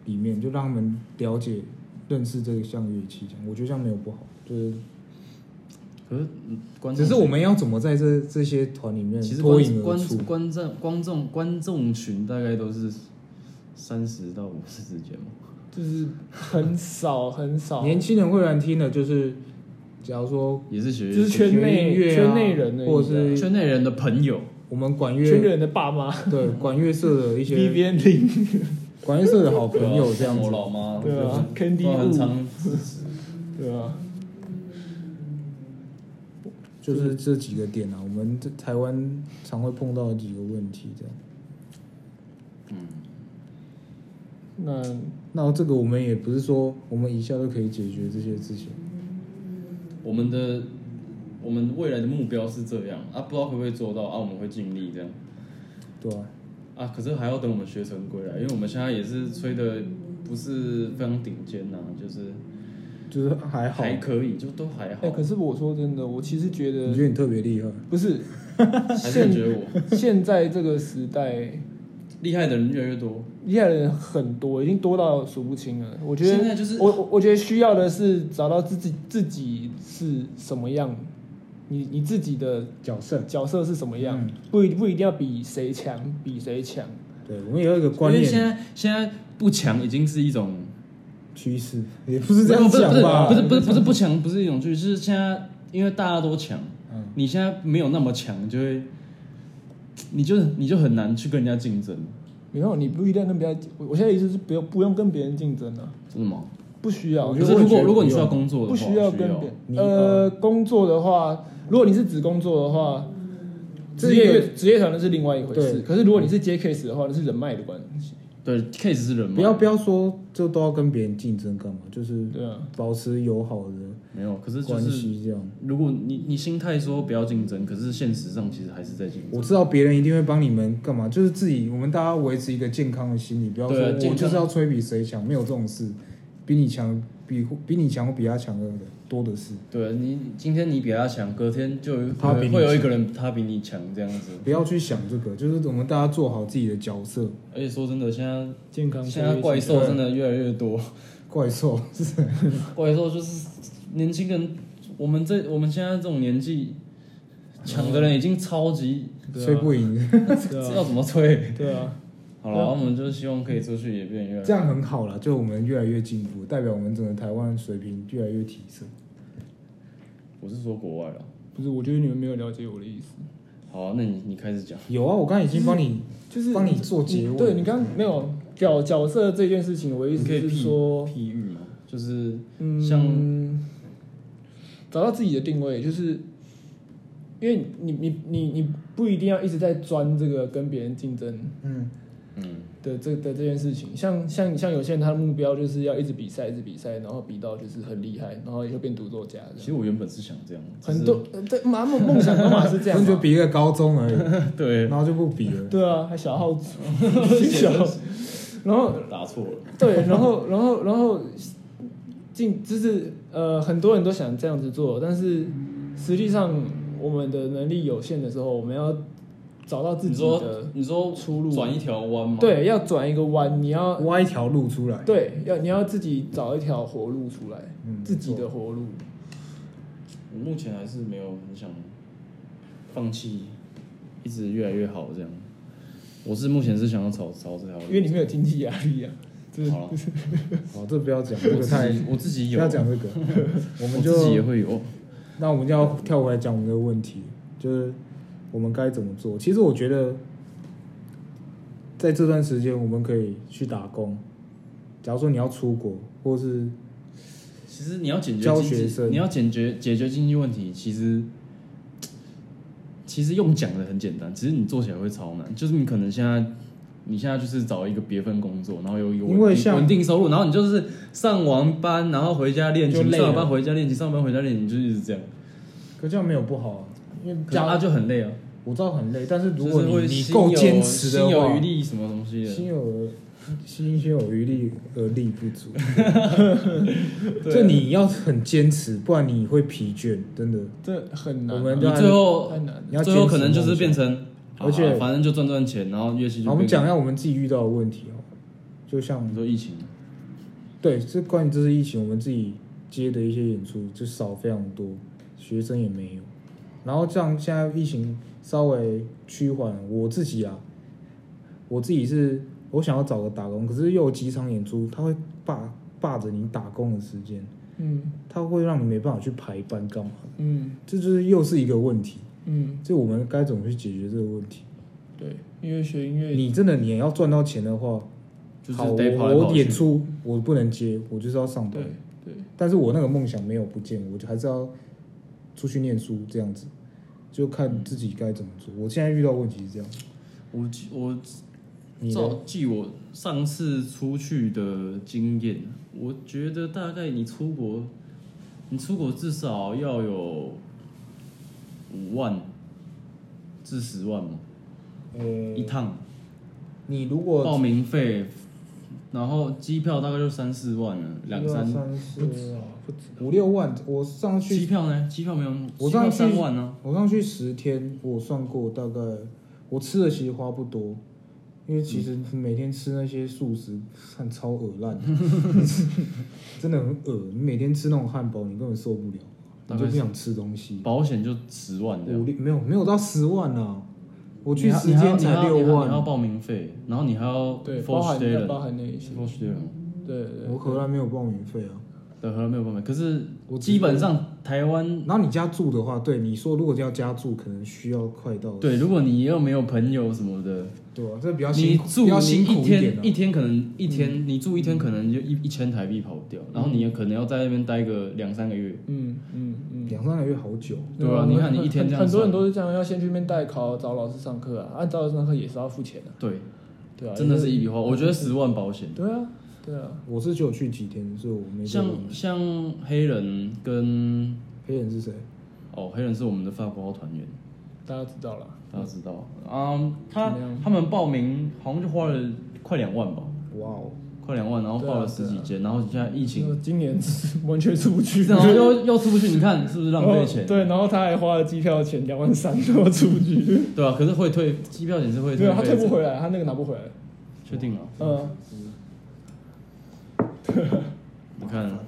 A: 里面，就让他们了解、认识这项乐器。这样我觉得这样没有不好，就是
C: 可是嗯观众
A: 只是我们要怎么在这这些团里面
C: 其实
A: 脱颖
C: 观
A: 而
C: 观
A: 出。
C: 观众观众观众群大概都是三十到五十之间嘛。
B: 就是很少很少，
A: 年轻人会来听的，就是假如说
C: 也是学
B: 就是圈
A: 学
B: 内
A: 音乐啊
B: 圈内人而已啊，
A: 或者是
C: 圈内人的朋友，
A: 我们管
B: 圈内
A: 乐
B: 人的爸妈
A: 对管乐社的一
B: B
C: [laughs]
A: 些
B: B N 零，
A: 管乐社的好朋友这样
C: 像我
A: 子，
C: 老妈，
B: 对啊
C: 就是
B: ，Candy
C: 很
B: Wu
C: 常
B: 对啊，
A: 就是这几个点啊，我们在台湾常会碰到的几个问题这样。
B: 那
A: 那这个我们也不是说我们一下就可以解决这些事情，
C: 我们的我们未来的目标是这样啊，不知道会不会做到啊，我们会尽力这样
A: 对吧、
C: 啊，可是还要等我们学成归来，因为我们现在也是吹的不是非常顶尖呐、就是
A: 就是还好，
C: 还可以，就都还好。
B: 哎，可是我说真的，我其实觉
A: 你
B: 得
A: 觉得你特别厉害，
B: 不是
C: [laughs] 还是
B: 现
C: 觉得我
B: 现在这个时代，
C: 厉害的人越来越多，
B: 厉害的人很多，已经多到数不清了。我觉得
C: 现在就是
B: 我我我觉得需要的是找到自己自己是什么样，你你自己的
A: 角色。
B: 角色是什么样，
A: 嗯
B: 不一不一定要比谁强，比谁强。
A: 对，我们也有一个观
C: 因为现
A: 念
C: 在现在不强已经是一种
A: 趋势，也不是这样
C: 不是
A: 讲吧？
C: 不是不是不是不是不强，不是一种就是就是现在因为大家都强，
A: 嗯
C: 你现在没有那么强，就会你就你就很难去跟人家竞争，
B: 没有，你不一定要跟别人，我我现在意思是不用不用跟别人竞争啊，
C: 真的吗？
B: 不需要。
A: 我
C: 可
A: 觉得
C: 是
A: 我
C: 如
A: 觉
C: 果
A: 得
C: 如果你
A: 不
C: 需要
A: 用
C: 工作的
B: 不
C: 话，
B: 需要跟别
A: 你
B: 呃工作的话，如果你是指工作的话，
A: 这
B: 职业
A: 个
B: 乐职业团的是另外一回事。
A: 对
B: 可是如果你是接 case 的话，那是人脉的关系。
C: 对 case 是人嘛，
A: 不要不要说就都要跟别人竞争干嘛？就是
B: 对啊，
A: 保持友好的
C: 没有，可是就
A: 关
C: 是
A: 系这样。
C: 如果你你心态说不要竞争，可是现实上其实还是在竞
A: 我
C: 争。
A: 知道别人一定会帮你们干嘛，就是自己我们大家维持一个健康的心理，不要说
C: 对啊健
A: 我
C: 康
A: 就是要吹比谁强，没有这种事，比你强比比你强或比他强的多的是。
C: 对啊你今天你比他强，隔天就有
A: 他比你
C: 会有一个人他比你强这样子。
A: 不要去想这个，就是我们大家做好自己的角色。
C: 而且说真的，现在
B: 健康
C: 现在怪兽真的越来越多，
A: 怪兽
C: 怪兽就是年轻人，我们这我们现在这种年纪，抢的人已经超级
B: 对啊
A: 吹不赢，
B: 对
C: 知
B: 啊
C: 道怎么吹。
B: 对
C: [laughs]
B: 啊，
C: 好了，我们就希望可以出去也变越来
A: 这
C: 越。
A: 样很好了，就我们越来越进步，代表我们整个台湾水平越来越提升。
C: 我是说国外了。啊
B: 不是，我觉得你们没有了解我的意思，
C: 好啊、那你你开始讲。
A: 有啊，我刚才已经帮你
B: 就是
A: 帮你做结尾嗯
B: 对你刚没有角角色这件事情，我的意思
C: 你可以
B: 是
C: 辟
B: 说，
C: 譬喻哦嘛，就是
B: 嗯，
C: 像
B: 找到自己的定位，就是因为你你你你不一定要一直在钻这个跟别人竞争
A: 嗯，
C: 嗯，
B: 的这的这件事情，像像像有些人他的目标就是要一直比赛，一直比赛，然后比到就是很厉害，然后也会变独奏家
C: 其
B: 这样。
C: 实我原本是想这样，只是
B: 很多呃对妈梦梦想都嘛是这样
A: 我
B: 嘛，
A: 就比一个高中而已，
C: [laughs] 对
A: 然后就不比了。
B: 对啊，还小号
C: [laughs]
B: 组，
C: 谢
B: 小，然后
C: [laughs] 打错了。
B: 对，然后然后然后进就是呃，很多人都想这样子做，但是实际上我们的能力有限的时候，我们要找到自
C: 你
B: 己
C: 说
B: 的，
C: 你说
B: 出路
C: 转一条弯吗？，
B: 对，要转一个弯，你要
A: 挖一条路出来。
B: 对，要你要自己找一条活路出来，
A: 嗯
B: 自己的活路。
C: 我目前还是没有很想放弃，一直越来越好这样。我是目前是想要朝朝这条路，
B: 因为你没有经济压力
C: [laughs]
B: 啊，就是
C: 好了，
A: 哦，这不要讲，这
C: 我
A: 个
C: 自
A: 太
C: 己我自己
A: 不
C: 有，
A: 要讲这个，我们
C: 我自己也
A: 就
C: 会有。
A: 那我们就要跳回来讲我们的问题，就是我们该怎么做。其实我觉得，在这段时间我们可以去打工。假如说你要出国，或是
C: 其实你要解决
A: 教
C: 经济
A: 学生
C: 你要解决解决经济问题，其实其实用讲的很简单，其实你做起来会超难。就是你可能现在你现在就是找一个别份工作，然后有有
A: 因为
C: 稳定
A: 像
C: 稳定收入，然后你就是上完班，然后回家练
B: 就
C: 琴，
B: 累
C: 上完
B: 了
C: 班回家练琴，上完班回家练琴，就是一直这样，
A: 可这样没有不好啊，因为
C: 可是
A: 加
C: 他就很累啊。
A: 我知道很累，但是如果你
C: 就是会
A: 你
C: 心
A: 够
C: 有
A: 坚持的
C: 心有
A: 话
C: 余，力什么东西的，
A: 心有心有余力而力不
C: [laughs]
A: 足，
C: 对啊
A: 这你要很坚持，不然你会疲倦，真的。
B: 这很难啊、
A: 我们
C: 你
A: 就
C: 最后
B: 太难了
A: 你要
C: 最后
A: 坚持
C: 可能就
A: 梦
C: 是
A: 想
C: 变成，
A: 而且
C: 啊反正就赚赚钱，然后乐器就
A: 好，我们
C: 变成
A: 讲一下我们自己遇到的问题哦，就像
C: 你说疫情，
A: 对，这关于这次疫情，我们自己接的一些演出就少非常多，学生也没有。然后这样现在疫情稍微趋缓，我自己啊，我自己是我想要找个打工，可是又有几场演出，他会霸霸着你打工的时间，
B: 嗯
A: 他会让你没办法去排班干嘛的，
B: 嗯
A: 这就是又是一个问题。
B: 嗯，
A: 就我们该怎么去解决这个问题？
B: 对，因为学音乐，
A: 你真的你也要赚到钱的话，
C: 就是
A: 好，我
C: 得跑来跑
A: 我
C: 去
A: 演出我不能接，我就是要上班
B: 对。对，
A: 但是我那个梦想没有不见，我就还是要出去念书这样子，就看自己该怎么做。我现在遇到问题是这样，
C: 我记我
A: 你呢
C: 照记我上次出去的经验，我觉得大概你出国，你出国至少要有五万至十万嘛，一
A: 呃，
C: 趟
A: 你如
C: 报
A: 果
C: 名费，然后机票大概就三四万了，两
A: 三
C: 三。
A: 四五六万，我啊上
C: 机
A: 去
C: 票呢？机票没有那么，
A: 我
C: 机票
A: 上次
C: 三万呢、
A: 我上去十天，我算过大概我吃的其实花不多。因为其实每天吃那些素食，看超恶
C: [laughs]
A: 烂，真的很恶。你每天吃那种汉堡，你根本受不了，
C: 大
A: 你就
C: 概
A: 不
C: 是
A: 想吃东西。
C: 保险就十万这样
A: 五。六没有没有到十万啊，我去
C: 你还
A: 十天
C: 你
A: 才
C: 还要
A: 六
C: 你还要你还要
A: 万，
C: 报名费，然后你还要
B: 对，
C: f o
B: 包
C: r
B: 含
C: s t a y
B: 那
C: e
B: 包含那一些
C: f，o r s t a y e
B: 对对
A: 我荷兰没有报名费啊。
C: 对，荷兰没有办法。可是
A: 我
C: 基本上台湾
A: 然后你家住的话，对你说如果要家住，可能需要快到
C: 对，如果你又没有朋友什么的，
A: 对啊，这哦比较
C: 你
A: 辛苦，
C: 住
A: 比较辛苦
C: 你一
A: 点啊
C: 天一天可能一天、你住一天可能就一一千台币跑不掉，然后你也可能要在那边待个两三个月。
B: 嗯嗯
A: 啊
B: 嗯，
A: 两三个月好久，
C: 对啊，你看你一天这样
B: 很多人
C: 算，
B: 都是这样，要先去那边代考，找老师上课啊，按找老师上课也是要付钱的、
C: 对，
B: 对啊，
C: 真的是一笔花。我觉得十万保险，
B: 对啊，对啊，
A: 我是只有去几天，所以我没
C: 像
A: 这个问题
C: 像黑人跟
A: 黑人是谁？
C: 哦，黑人是我们的法国号团员。
B: 大家知道了，
C: 大家知道，嗯，他
B: 怎么样
C: 他们报名好像就花了快两万吧，
A: 哇哦，
C: 快两万，然后
B: 对啊
C: 报了十几间，然后现在疫情，，啊
B: 今年 [laughs] 完全出不去，
C: 然后又又出不去，你看是不是浪费钱？
B: 哦对，然后他还花了机票钱两万三，然后出不去。
C: 对啊，可是会退机票钱是会
B: 对
C: 退
B: 啊，他退不
C: 费的，
B: 回来，他那个拿不回来。
C: 确定啊了？
B: 嗯，[laughs]
C: 你看，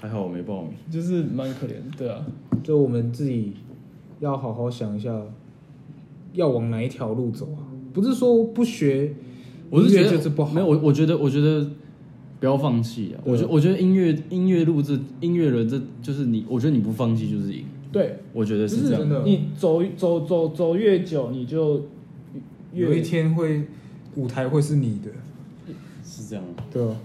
C: 还好我没报名，
B: 就是蛮可怜。对啊，
A: 就我们自己要好好想一下，要往哪一条路走啊？不是说不学，
C: 我是觉
A: 音
C: 得
A: 乐就是不好
C: 没有我我觉得我觉得不要放弃啊，
A: 对
C: 我觉我觉得音乐音乐路这音乐人这就是你，我觉得你不放弃就是赢，
B: 对，
C: 我觉得
A: 就是
C: 这样
A: 真，的
B: 你走走走走越久，你就
A: 有一
B: 越
A: 天会舞台会是你的，
C: 是这样，
A: 对啊，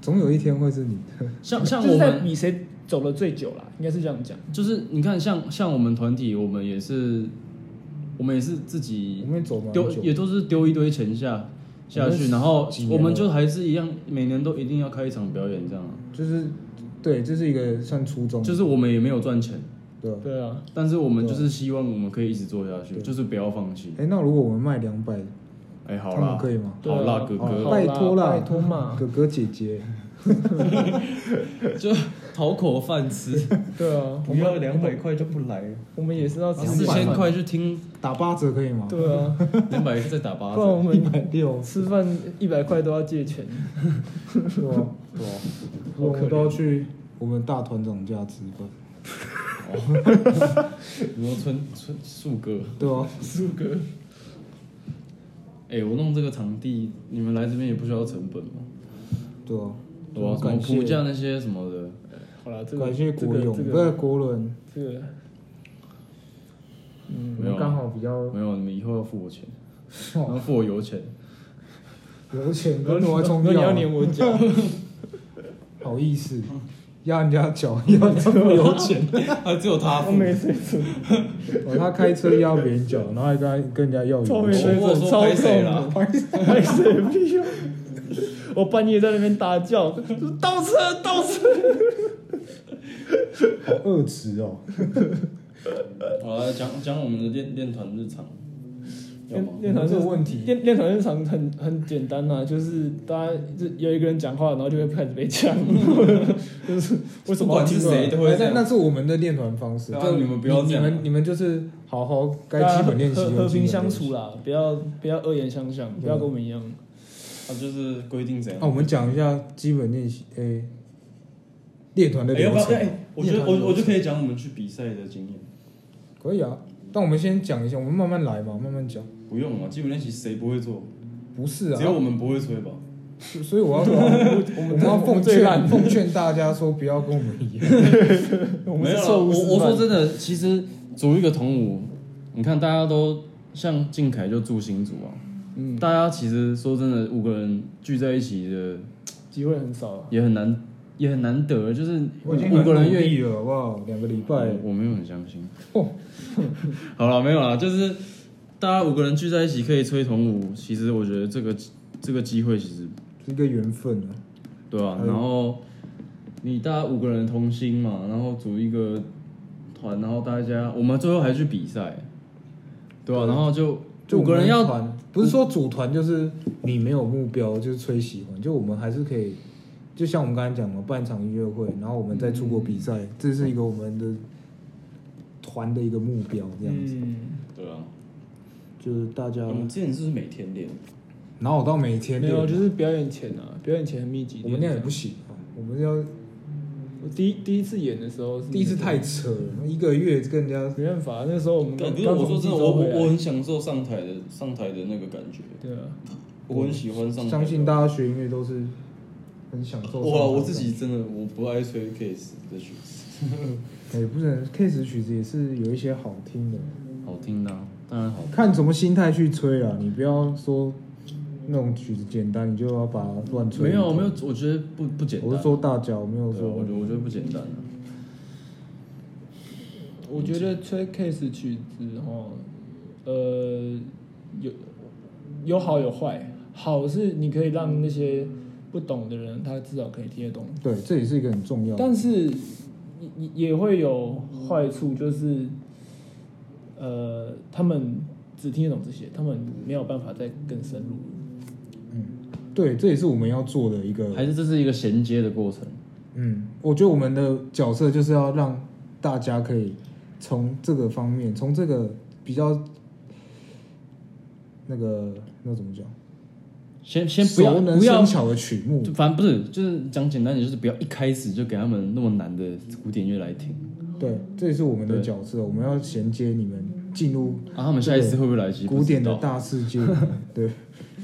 A: 总有一天会是你的。
C: 像像
B: 就
C: 我
B: 是在
C: 们。
B: 比谁走了最久啦，应该是这样讲。
C: 就是你看像，像我们团体，我们也是，我们也是自己
A: 我们也走蛮
C: 丢，
A: 久，
C: 也都是丢一堆钱下下
A: 我
C: 去，
A: 们
C: 然后
A: 几年
C: 我
A: 了
C: 们就还是一样，每年都一定要开一场表演，这样啊。
A: 就是对，这是一个算初衷，
C: 就是我们也没有赚钱，
A: 对吧。
B: 对啊，
C: 但是我们就是希望我们可以一直做下去，就是不要放弃。
A: 哎，那如果我们卖两百，
C: 哎、好
A: 他
C: 啦
A: 们，可以吗？
B: 对啊
C: 好啦哥哥
B: 好
A: [laughs]
B: 啦
A: 拜托啦
B: 拜托嘛。
A: 哥哥姐姐，
C: 就讨口饭吃，
B: 对啊，我
C: 不
B: 们
C: 要两百，块就不来，
B: 我们也是要吃
C: 四
B: 饭
C: 千，块去听
A: 打八折可以吗？
B: 对啊，
C: 两百再打
A: [laughs]
C: 八
B: 不然我
C: 折，
A: 一
B: 们
A: 百六， [laughs]
B: 吃饭一百块都要借钱，
A: 是吧？
C: 对啊
A: 我们都要去我们大团长家吃饭，
C: 你说村村树哥，
A: 对啊吧？
C: 树哥，哎、我弄这个场地，你们来这边也不需要成本嘛，
A: 对啊吧？
C: 对啊吧、什么
A: 感谢
C: 普价那些什么的，
B: 好了，这个
A: 感谢国
B: 这
A: 勇，不
B: 个这
A: 是
B: 个
A: 国伦，
B: 这个，
A: 嗯，我
C: 没有
A: 们
C: 啊
A: 刚好比较哦
C: 没有，你们以后要付我钱，然后付我油钱，
A: 有钱，
B: 然
A: 跟我还
B: 后
A: 重
B: 你然后你要
A: 要，啊
B: 撵
A: [laughs]
B: 我脚，
A: 好意思，压人家脚，压人家有钱，
C: 啊，只有他
B: 我
C: 付。
B: 没水准，
A: 哦他开车压别人脚，然后还跟他跟人家要油
B: 超没
A: 钱，
B: 水
C: 我
B: 准，
C: 说
B: 超
C: 拍谁
B: 重
C: 啦
B: 的，拍谁 [laughs] 屁哦！我半夜在那边大叫，倒车倒车，
A: 好恶质哦。
C: [laughs] 好来讲讲我们的练练团日常，要吗
B: 练？练团
A: 这
B: 是
A: 个问题，
B: 练练团日常很很简单呐、就是大家就有一个人讲话，然后就会开始被呛，就是为什么
C: 不管是谁都会
A: 哎
C: 这
A: 那
C: 样。
A: 那是我们的练团方式，
C: 对啊
A: 就
C: 你们不要
A: 你
C: 这样啊
A: 们你们就是好好 [laughs] 该
B: 大家
A: 基本练习
B: 和
A: 有基
B: 和
A: 本
B: 平
A: 练习
B: 相处啦，不要不要恶言相向，不要跟我们一样。
C: 他啊就是规定怎样
A: 那、。啊我们讲一下基本练习，诶、练团的
C: 哎
A: 流
C: 要不要？
A: 程、
C: 哎，我觉得我我就可以讲我们去比赛的经验。
A: 可以啊。但我们先讲一下，我们慢慢来嘛，慢慢讲。
C: 不用嘛，基本练习谁不会做？
A: 不是啊
C: 只，有我们不会吹吧？
A: 所所以
C: [laughs]
A: 我要说，我们要奉
B: 最
A: 劝
B: 烂
A: 奉劝大家说，不要跟我们一样。
B: 我
C: 没
B: 们
C: 有
B: 是
C: 啦
B: 错误
C: 我
B: 示
C: 我说
B: 范。
C: 真的，其实组一个同舞，你看大家都像静凯就住新组啊，
B: 嗯，
C: 大家其实说真的，五个人聚在一起的
B: 机会很少啊。
C: 也很难，也很难得，就是
A: 我已经
C: 五个人愿意
A: 意了，好不好？两个礼拜
C: 我我没有很相信。
A: 哦
C: [laughs] 好了，没有啦，就是大家五个人聚在一起可以吹同舞，其实我觉得这个这个机会其实
A: 是一个缘分啊。
C: 对吧、
A: 嗯
C: 然后你大家五个人同心嘛，然后组一个团，然后大家我们最后还去比赛，对啊吧、然后就
A: 就
C: 五个人
A: 我
C: 要
A: 们团，不是说组团就是你没有目标，就是吹喜欢，就我们还是可以，就像我们刚才讲的，办一场音乐会，然后我们再出国比
C: 嗯
A: 赛，这是一个我们的团的一个目标，这样子，
B: 嗯，
C: 对啊，
A: 就是大家，
C: 我们之前是不是每天练？
A: 然后我到每天
B: 没
A: 练
B: 有，就是表演前啊，表演前很密集。
A: 我们那样也不行啊，我们要
B: 我第一第一次演的时候是
A: 第一次太扯了，一个月跟人家
B: 没办法，那时候我们
C: 对，
B: 刚
C: 可是我说真的，我我我
B: 我
C: 很享受上台的上台的那个感觉，
B: 对啊，
C: 我很喜欢上台的。
A: 相信大家学音乐都是很享受上台的。
C: 我我自己真的我不爱吹 case 的曲子，
A: 哎、不是 K 十曲子也是有一些好听的。
C: 好听的啊、当然好听。
A: 看什么心态去吹啊！你不要说那种曲子简单，你就要把它乱吹。
C: 没有没有，，我觉得不不简单。
A: 我是说大脚，没有
C: 对啊，我
A: 说
C: 觉得我觉得不简单啊。
B: 我觉得吹 case 曲子哦，呃，有有好有坏，好是你可以让那些不懂的人他至少可以听得懂，
A: 对，这也是一个很重要的。
B: 但是也也也会有坏处，就是呃，他们只听得懂这些，他们没有办法再更深入。
A: 对，这也是我们要做的一个。
C: 还是这是一个衔接的过程。
A: 嗯，我觉得我们的角色就是要让大家可以从这个方面，从这个比较那个那怎么讲，
C: 先先不要
A: 熟能
C: 不要
A: 生，巧的曲目
C: 就，反正不是，就是讲简单点，就是不要一开始就给他们那么难的古典乐来听。
A: 对，这也是我们的
C: 对
A: 角色，我们要衔接你们进入
C: 啊，他们下一次会不会来？其实不
A: 古典的
C: 知道
A: 大世界，对，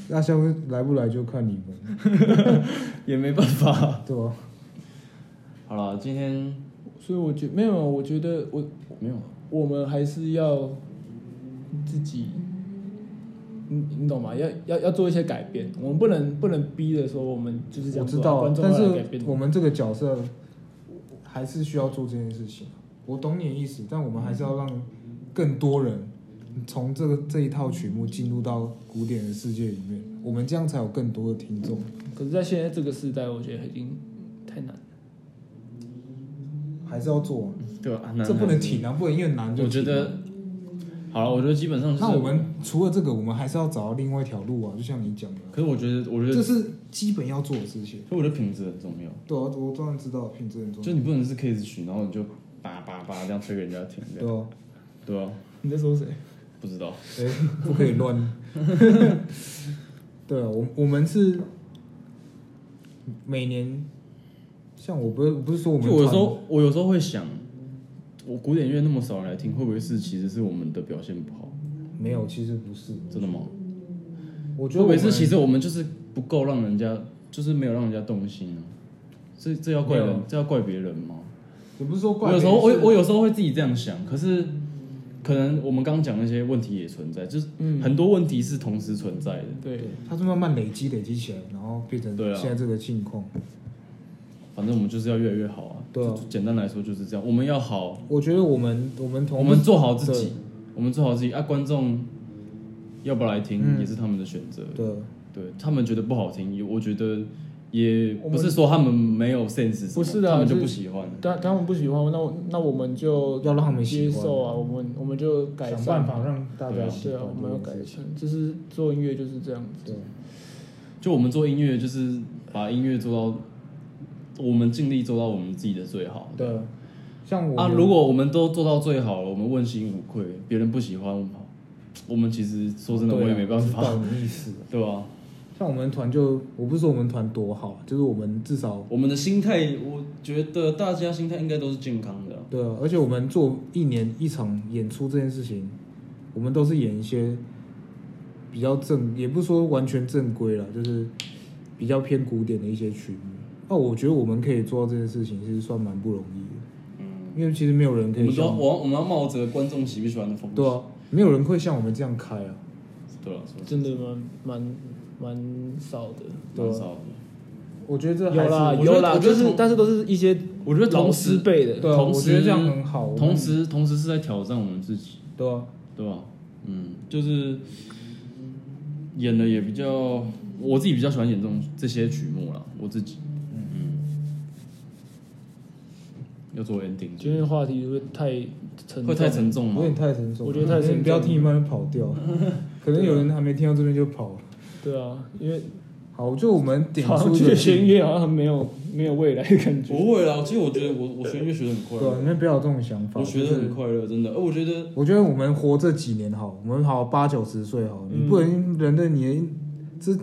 A: 那下回来不来就看你们，
C: 也没办法。
A: 对啊吧？
C: 好了，今天
B: 所以我觉没有，我觉得我
C: 没有
B: 我们还是要自己，你你懂吗？要要要做一些改变，我们不能不能逼着说我们就是这
A: 我
B: 样
A: 知
B: 做啊
A: 道
B: 观
A: 啊，
B: 众
A: 但
B: 要来改变
A: 是我们这个角色还是需要做这件事情。啊我懂你的意思，但我们还是要让更多人从这个这一套曲目进入到古典的世界里面，我们这样才有更多的听众。
B: 可是，在现在这个时代，我觉得已经太难了。
A: 还是要做啊，
C: 对啊，难
A: 这不能。停啊，不能因为难就
C: 我觉
A: 停啊
C: 得好好了，我觉得基本上就是。
A: 那我们除了这个，我们还是要找到另外一条路啊，就像你讲的啊，
C: 可是我觉得，我觉得，
A: 这是基本要做的事情。
C: 所以我觉得品质很重要。
A: 对啊，我当然知道品质很重
C: 就你不能是 case 曲，然后你就叭叭叭这样吹给人家听，
A: 要。
C: 这样
A: 对啊，
C: 对啊，
B: 你在说谁？
C: 不知道。
A: 哎、不可以乱。 [laughs] 对啊，我我们是每年，像我不是我不是说我们
C: 就我有
A: 团
C: 时候，我有时候会想，我古典乐那么少人来听，会不会是其实是我们的表现不好？
A: 没有，其实不是，
C: 真的吗？
A: 我觉得
C: 会不
A: 我
C: 会
A: 们
C: 是其实我们就是不够让人家，就是没有让人家动心啊？这这要怪
A: 没有
C: 人，这要怪别人吗？
A: 也不是说怪
C: 我有
A: 别
C: 时
A: 人，
C: 候我
A: 是
C: 我有时候会自己这样想，可是可能我们刚刚讲那些问题也存在，就是
B: 嗯
C: 很多问题是同时存在的。
B: 对，
A: 它是慢慢累积累积起来，然后变成
C: 对啊
A: 现在这个境况。
C: 嗯反正我们就是要越来越好啊。
A: 对啊
C: 就简单来说就是这样，我们要好，
A: 我觉得我们我们同
C: 我们做好自己，我们做好自己啊。观众要不要来听、
A: 嗯
C: 也是他们的选择，
A: 对，
C: 对他们觉得不好听，也我觉得也
B: 我
C: 不
B: 们
C: 是说他们没有 sense，什么
B: 不是的啊
C: 他们就
B: 就是
C: 不喜欢。
B: 但他们不喜欢，那我那我们就
A: 要让他们喜
B: 接
A: 欢
B: 受啊，我们我们就改
A: 想
B: 善
A: 办。法让大
C: 对
A: 家
C: 啊
A: 喜
B: 对
A: 欢
B: 啊，我
A: 这
B: 们要
A: 件
B: 改
A: 事情
B: 善，就是做音乐就是这样子。
A: 对，
C: 就我们做音乐，就是把音乐做到，我们尽力做到我们自己的最好。
A: 对，像我
C: 啊，
A: 们
C: 如果我们都做到最好了，我们问心无愧，别人不喜欢我们，我们其实说真的，
A: 对啊
C: 我也没办
A: 知
C: 法，
A: 道你意思。
C: [laughs] 对啊吧、
A: 像我们团就，我不是说我们团多好，啊就是我们至少
C: 我们的心态，我觉得大家心态应该都是健康的啊、
A: 对啊，而且我们做一年一场演出这件事情，我们都是演一些比较正，也不是说完全正规了，就是比较偏古典的一些曲目。那我觉得我们可以做到这件事情，其实算蛮不容易的，
C: 嗯，
A: 因为其实没有人可
C: 我
A: 以
C: 们都要
A: 像
C: 我要我们要冒着观众喜不喜欢的风险，
A: 对啊，没有人会像我们这样开啊。
C: 对啊，说
B: 真的蛮蛮蛮少的。
A: 对啊
C: 蛮少的。
A: 我觉得这还
B: 有
A: 是
B: 啦
C: 我觉得
B: 有啦，
C: 我觉
B: 就
C: 得
B: 是
C: 同
B: 但是都是一些
C: 我觉得
B: 老
C: 同
B: 师
C: 时，
B: 辈的。
A: 对啊，
C: 同
A: 我
C: 时
A: 觉得这样很好。我啊们
C: 同时同时是在挑战我们自己，
A: 对啊，
C: 对吧、嗯，就是演的也比较，我自己比较喜欢演这种这些曲目啦，我自己，嗯，要做 ending，
B: 今天的话题会太沉，
C: 会太。沉重啊
A: 有
C: 吗？
A: 点太沉重了，
B: 我觉得太沉重了
A: 你不要听一半就跑掉，可能有人还没听到这边就跑了。对
B: 对啊，因为
A: 好，就我们点
B: 好像
A: 出
B: 觉
A: 的
B: 得弦乐好像很没有没有未来的感觉。
C: 不会啦，其实我觉得我我学音乐学的很快
A: 对啊，你
C: 乐，
A: 们不要有这种想法。
C: 我学的
A: 就是
C: 很快乐，真的。呃，我觉得
A: 我觉得我们活这几年好，我们好八九十岁好，
B: 嗯
A: 你不能人的年这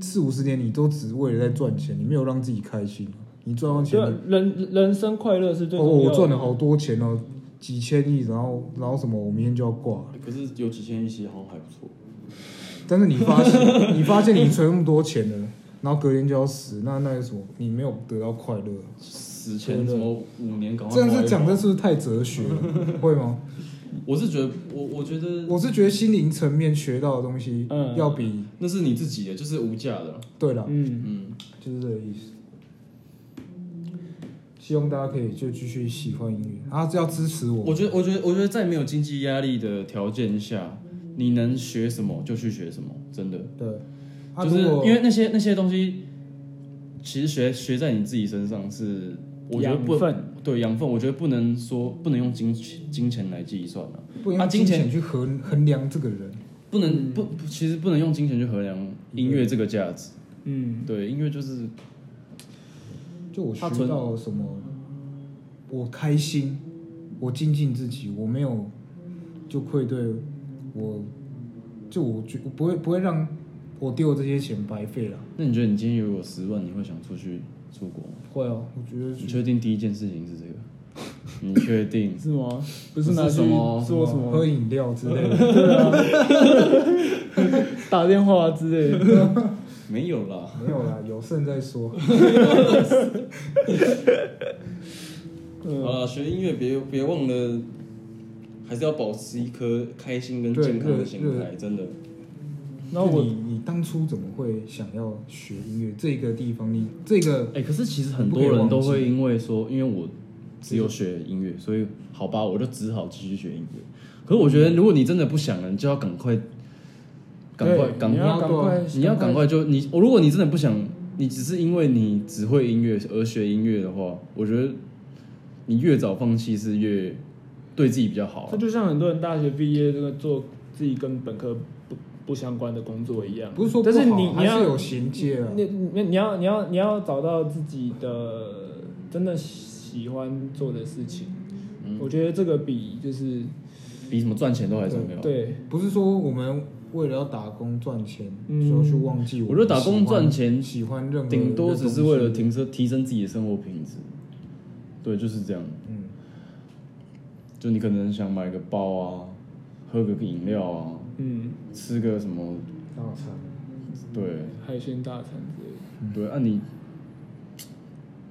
A: 四五十年，你都只为了在赚钱，你没有让自己开心。你赚到
B: 对
A: 钱，
B: 啊，人人生快乐是最
A: 嗯哦，
B: 重要
A: 我
B: 的。
A: 赚了好多钱哦，几千亿，然后然后什么，我明天就要挂了。
C: 可是有几千一些好像还不错，
A: 但是你发
B: [laughs]
A: 现，你发现你存那么多钱了，然后隔天就要死，那那有什么？你没有得到快乐，啊
C: 死前什么五年赶快
A: 这样
C: 花
A: 子
C: 一
A: 讲，
C: 花
A: 这是不是太哲学
B: [laughs]
A: 了？会吗？
C: 我是觉得我我觉得
A: 我是觉得心灵层面学到的东西，
B: 嗯
A: 要比
C: 那是你自己的，就是无价的，
A: 对了，
B: 嗯，
C: 嗯。
A: 就是这个意思。希望大家可以就继续喜欢音乐，啊，要支持我。
C: 我觉得，我觉得，我觉得在没有经济压力的条件下，你能学什么就去学什么，真的。
A: 对，啊，
C: 就是
A: 如果
C: 因为那些那些东西，其实学学在你自己身上是，我觉得
B: 养
C: 不
B: 分
C: 对养分，我觉得不能说不能用金钱金钱来计算啊，
A: 不
C: 啊
A: 用
C: 金
A: 金
C: 钱
A: 钱去衡衡量这个人，
C: 不能不不其实不能用金钱去衡量音乐这个价值。
B: 嗯，
C: 对，音乐就是
A: 就我
C: 他
A: 学
C: 存
A: 到什么，我开心，我精进自己，我没有就愧对我，就我觉我不会不会让我丢的这些钱白费了。
C: 那你觉得你今天如果有十万，你会想出去出国吗？
A: 会哦，我觉得
C: 你
A: 是
C: 确定第一件事情是这个？ [laughs] 你确定？
B: 是吗？
C: 不
B: 不
C: 是
B: 是拿去
C: 什么
B: 做什
A: 喝
B: 么
A: 饮料之类的，
B: 打电话之类的。
C: 没有啦。
A: 没有啦，有剩再说。
B: 嗯，
C: 啊，学音乐别别忘了，还是要保持一颗开心跟健康的心态，真的。
B: 然后我
A: 你你当初怎么会想要学音乐这个地方？你这个
C: 哎、可是其实很多人都会因为说，因为我只有学音乐，所以好吧，我就只好继续学音乐。可是我觉得，如果你真的不想了，你就要赶快，赶快，
B: 对
C: 赶
B: 你
C: 快，
B: 要赶快，
C: 你要赶快就你，我如果你真的不想，你只是因为你只会音乐而学音乐的话，我觉得你越早放弃是越对自己比较好
B: 这
C: 啊。
B: 就像很多人大学毕业这个做自己跟本科不不相关的工作一样，
A: 不是说不
B: 但
A: 好，
B: 是你你
A: 还
B: 要
A: 是有衔接啊。
B: 你你你要你要你要找到自己的真的喜欢做的事情，
C: 嗯
B: 我觉得这个比就是
C: 比什么赚钱都还重要。，
B: 对
A: 不是说我们为了要打工赚钱，
B: 嗯
A: 就要去忘记
C: 我
A: 们
C: 觉得打
A: 喜
C: 工
A: 欢
C: 赚钱
A: 喜欢任何
C: 顶多
A: 的
C: 只是
A: 东西
C: 为了提升提升自己的生活品质。对，就是这样。
A: 嗯，
C: 就你可能想买个包啊，喝个饮料啊，
B: 嗯
C: 吃个什么，
A: 大餐。
C: 对
B: 海鲜大餐之类的，
C: 对。啊你，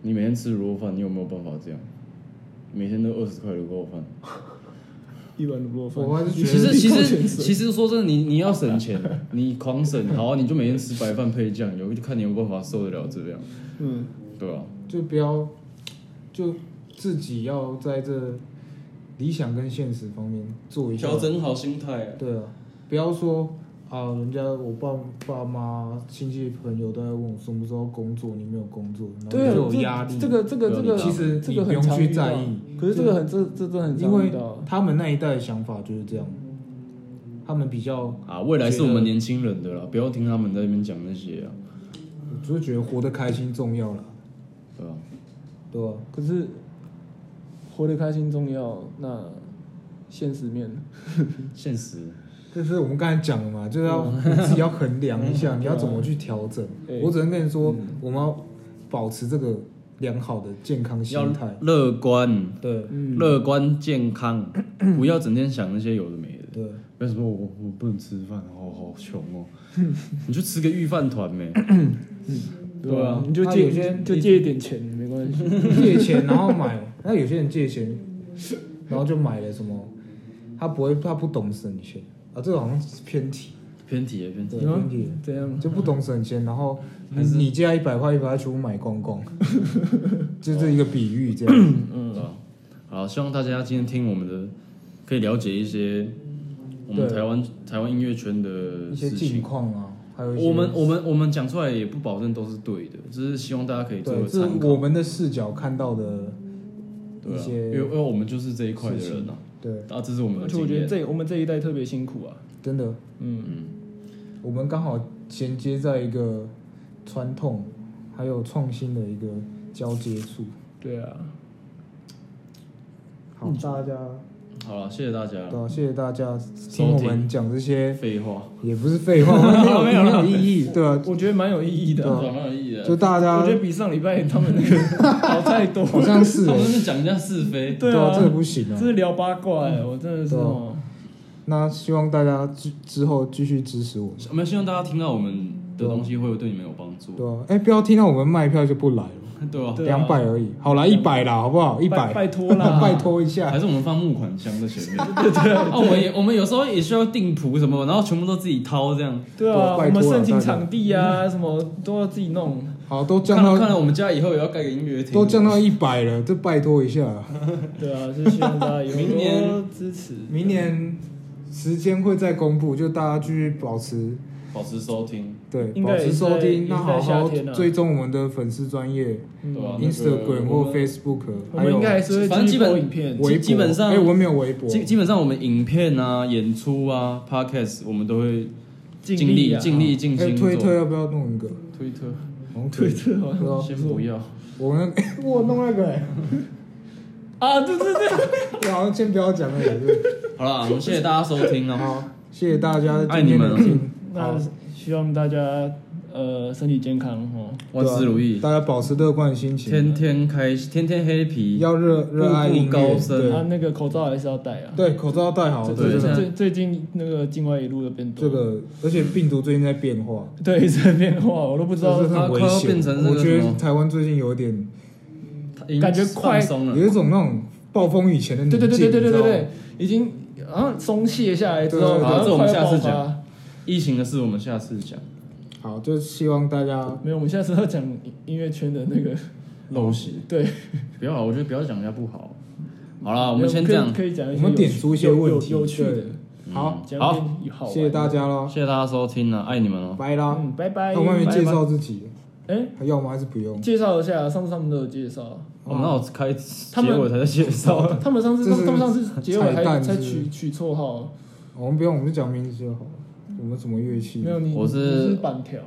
C: 你每天吃卤肉饭，你有没有办法这样？每天都二十块卤肉饭。
B: 一碗卤肉饭，
A: 我还是觉
C: 其
A: 得
C: 实其实其
B: 实
C: 实说真的，你你要省钱， [laughs] 你狂省，好、啊，你就每天吃白饭配酱油，就看你有没有办法受得了这样，
B: 嗯
C: 对啊，
A: 就不要就自己要在这理想跟现实方面做一下。
C: 整好心态。
A: 对啊，不要说啊，人家我爸爸妈亲戚朋友都在问我什么时候工作，你没有工作，
C: 嗯
A: 然后
B: 对啊，
A: 就有
B: 这
A: 压力。
B: 这个这个这个
C: 对
A: 其实
B: 这
A: 你
B: 个
A: 不
B: 很
A: 用
B: 常
A: 去
B: 遇到
A: 在意，
B: 可是这个很这这这很常
A: 因为
B: 遇到
A: 他们那一代的想法就是这样，他们比较，
C: 啊，未来是我们年轻人的啦，不要听他们在那边讲那些啊，
A: 我就是觉得活得开心重要了，
C: 对啊，
A: 对吧？
B: 可是活得开心重要，那现实面呢
C: 现实，
A: 这是我们刚才讲的嘛，就是要自己要衡量
B: [laughs]
A: 一下，你要怎么去调整
B: 啊对。嗯
A: 我只能跟你说，我们要保持这个良好的健康
C: 要
A: 心态。
C: 乐观，
A: 对
B: 嗯，
C: 乐观健康，不要整天想那些有的没的。
A: 对，
C: 为什么我我不能吃饭，好好穷哦，你就吃个御饭团呗。对啊，
B: 嗯你就
A: 那
B: 借
A: 有些
B: 就借一点钱没关系，
A: 借钱然后买，那有些人借钱，然后就买了什么，他不会，他不懂省钱啊，这个好像是偏题，
C: 偏题了偏题
A: 对，
C: 了。
A: 偏
B: 嗯
A: 题了
B: 这样
A: 就不懂省钱，然后你
C: 还是
A: 你借他一百块，一百块全部买光光，
C: [laughs]
A: 就是一个比喻这样。
C: 嗯，好，希望大家今天听我们的，可以了解一些我们
A: 对
C: 台湾台湾音乐圈的
A: 一些
C: 事
A: 近
C: 情。
A: 况啊，还有一些
C: 我们我们我们讲出来也不保证都是对的，只是希望大家可以做
A: 对，
C: 个
A: 这
C: 参
A: 是
C: 考。
A: 我们的视角看到的
C: 对
A: 一
C: 啊，
A: 些
C: 因为因为我们就是这一块的人啊，
A: 对，
C: 啊，这是我们的
B: 而且我
C: 经
B: 觉得
C: 验。
B: 这我们这一代特别辛苦啊，
A: 真的，
B: 嗯，
C: 嗯，
A: 我们刚好衔接在一个传统还有创新的一个交接处。
B: 对啊，
A: 好，大家
C: 好了，谢谢大家
A: 对。啊，谢谢大家
C: 听
A: 听我们讲这些，
C: 废话，
A: 也不是废
B: [laughs]
A: 话，没有没有意义，对啊，
B: 我觉得蛮有意义的啊、
A: 对啊
C: 讲蛮有意义的。
A: 就大
B: 我
A: 家
B: 觉得比上礼拜他们那个好太多， [laughs]
A: 好像是
C: 他
A: 欸
C: 们是讲一下是非，
B: 对
A: 啊，
B: 啊
A: 这个不行啊
B: 这。是聊八卦哎、我真的是
A: 对啊
B: 哦，
A: 那希望大家之之后继续支持我们，
C: 我们希望大家听到我们的东西会对你们有帮助，
A: 啊对啊，哎，不要听到我们卖票就不来了，
C: [laughs] 对吧？
B: 对啊
A: 两百而已，好啦，一百啦，好不好？一
B: 拜
A: 百，
B: 拜托
A: [laughs]
B: 啦，
A: 拜托一
C: [laughs]
A: 下
C: 还。是我们放募款箱在 [laughs] 前面。对对啊，我们也我们有时候也需要定谱什么，然后全部都自己掏这样。
B: 对啊，
A: 对
B: 我
A: 拜托啊
B: 们申请场地
A: [laughs]
B: 啊，什么都要自己弄。
A: 好，都降
C: 看来看
A: 到
C: 来我们家以后也要盖个音乐厅。
A: 都降到一百了，这拜托一下。
B: 对啊，就希望大家有
C: 明年
B: 多支持。
A: 明年时间会再公布，就大家继续保持
C: 保持收听，
A: 对
B: 应
A: 保
B: 该也
A: 持
B: 是
A: 收
B: 在也
A: 听，
B: 是
A: 那
B: 在
A: 好
B: 夏
A: 好
B: 天啊
A: 追踪我们的粉丝专业
B: 嗯
C: 对吧、
A: Instagram
C: 啊我
A: 或
C: 们
A: Facebook，
B: 我
A: 还
B: 们
A: 有
B: 应该还是会
C: 反正
B: 继
C: 基
B: 续
C: 本
B: 播影片。
A: 微博。
C: 基本上
A: 哎，我没有微博，
C: 基基本上我们影片啊、演出啊、podcast 我们都会
B: 尽
C: 尽
B: 力啊
C: 尽力尽
A: 哎
C: 心做。
A: 推特要不要弄一个？
C: 推特，
A: 推特，
B: 这好像
A: 对啊
C: 先不要。
A: 我那我弄那个，哎
B: 啊，对对
C: [laughs]
B: 对，
A: 我好像先不要讲那个对。
C: 好了，我们谢谢大家收听啊，
A: 好，谢谢大家
C: 爱
A: 今天
C: 你们啊
A: 的啊听，
B: 那希望大家呃身体健康哦，
C: [coughs] 万事如
A: 对
C: 意
A: 啊，大家保持乐观的心情，
C: 天天开心，天天黑皮。
A: 要热热爱
C: 步步
A: 音
C: 高
A: 乐，
C: 升
B: 啊
A: 对
B: 那个口罩还是要戴啊。
A: 对，口罩戴好，
B: 最
A: 对
C: 对
B: 最
A: 对
C: 对
B: 最最近那个境外一路的变
A: 这
B: 多，
A: 个，而且病毒最近在变化，
B: 对一直在变化，我都不知道
A: 这是
C: 它
A: 很危
C: 快要
A: 险。
C: 变成那个
A: 我觉
C: 什
A: 得
C: 么
A: 台湾最近有点
C: 它已经
B: 感觉快
C: 放松了
A: 有，一种那种暴风雨前的宁
B: 对
A: 静，
B: 对对对对
A: 嗯你知道
B: 对对对
A: 吗，
B: 已经啊松懈下来之
A: 对对啊
B: 后，
A: 对
B: 好像
C: 这我们
B: 快要
C: 下次
B: 爆发。
C: 疫情的事我们下次讲。
A: 好，就希望大家
B: 没有，我们现在是要讲音乐圈的那个， [laughs]
C: 陋习，
B: 对，
C: 不要啊，我觉得不要讲人家不好。好了，我们先这样
B: 嗯可以，可以讲一
A: 我
B: 些
A: 们
B: 有
A: 点
B: 趣
A: 出一些
B: 有
A: 问
B: 有
A: 题
B: 有趣的嗯
A: 对，好，
B: 讲
C: 好
B: 一点好玩的，
A: 谢谢大家喽，
B: 啊
C: 谢谢大家收听了，爱你们哦。
A: 拜啦，
B: 嗯，拜拜，
A: 那我们还没
B: 拜
A: 介
B: 拜
A: 绍自己。
B: 哎、
A: 还要吗？还是不用？
B: 介绍一下，上次他们都有
A: [laughs]
B: 介绍，
C: 我们有开
B: 他
C: 结
B: 们
C: 尾才在介绍，
B: 他们上次
A: 这是
B: 他们上次结尾
A: 彩
B: 还
A: 蛋
B: 才
A: 是不是
B: 取取绰号，
A: 哦我们不用，我们就讲名字就好了。我们什么乐器
B: 没？有你
C: 我是
B: 你是板条，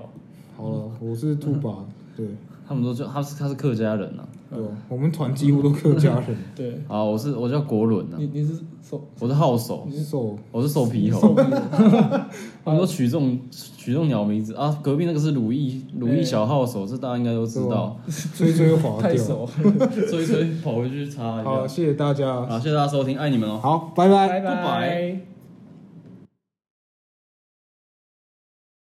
A: 好了，我是兔爸，
B: 嗯
A: 对
C: 他们都叫他是他是客家人呐、
A: 对啊，我们团几乎都客家人。
B: 对，
C: 啊，我是我叫国伦呐、
B: 你你是手
C: 我是号手，
B: 嗯
A: 瘦
C: 我是瘦皮猴
B: 手，臂的，
C: 他们都取这种取这种鸟名字啊。隔壁那个是鲁艺鲁艺小号手，这大家应该都知道。
A: 追追滑
B: 太
A: 掉。
B: 熟了，
C: 所以所以跑回去查一
A: 好，
C: 下。
A: 谢谢大家。
C: 好，谢谢大家收听，爱你们哦。
A: 好，拜拜。
B: 拜
C: 拜拜。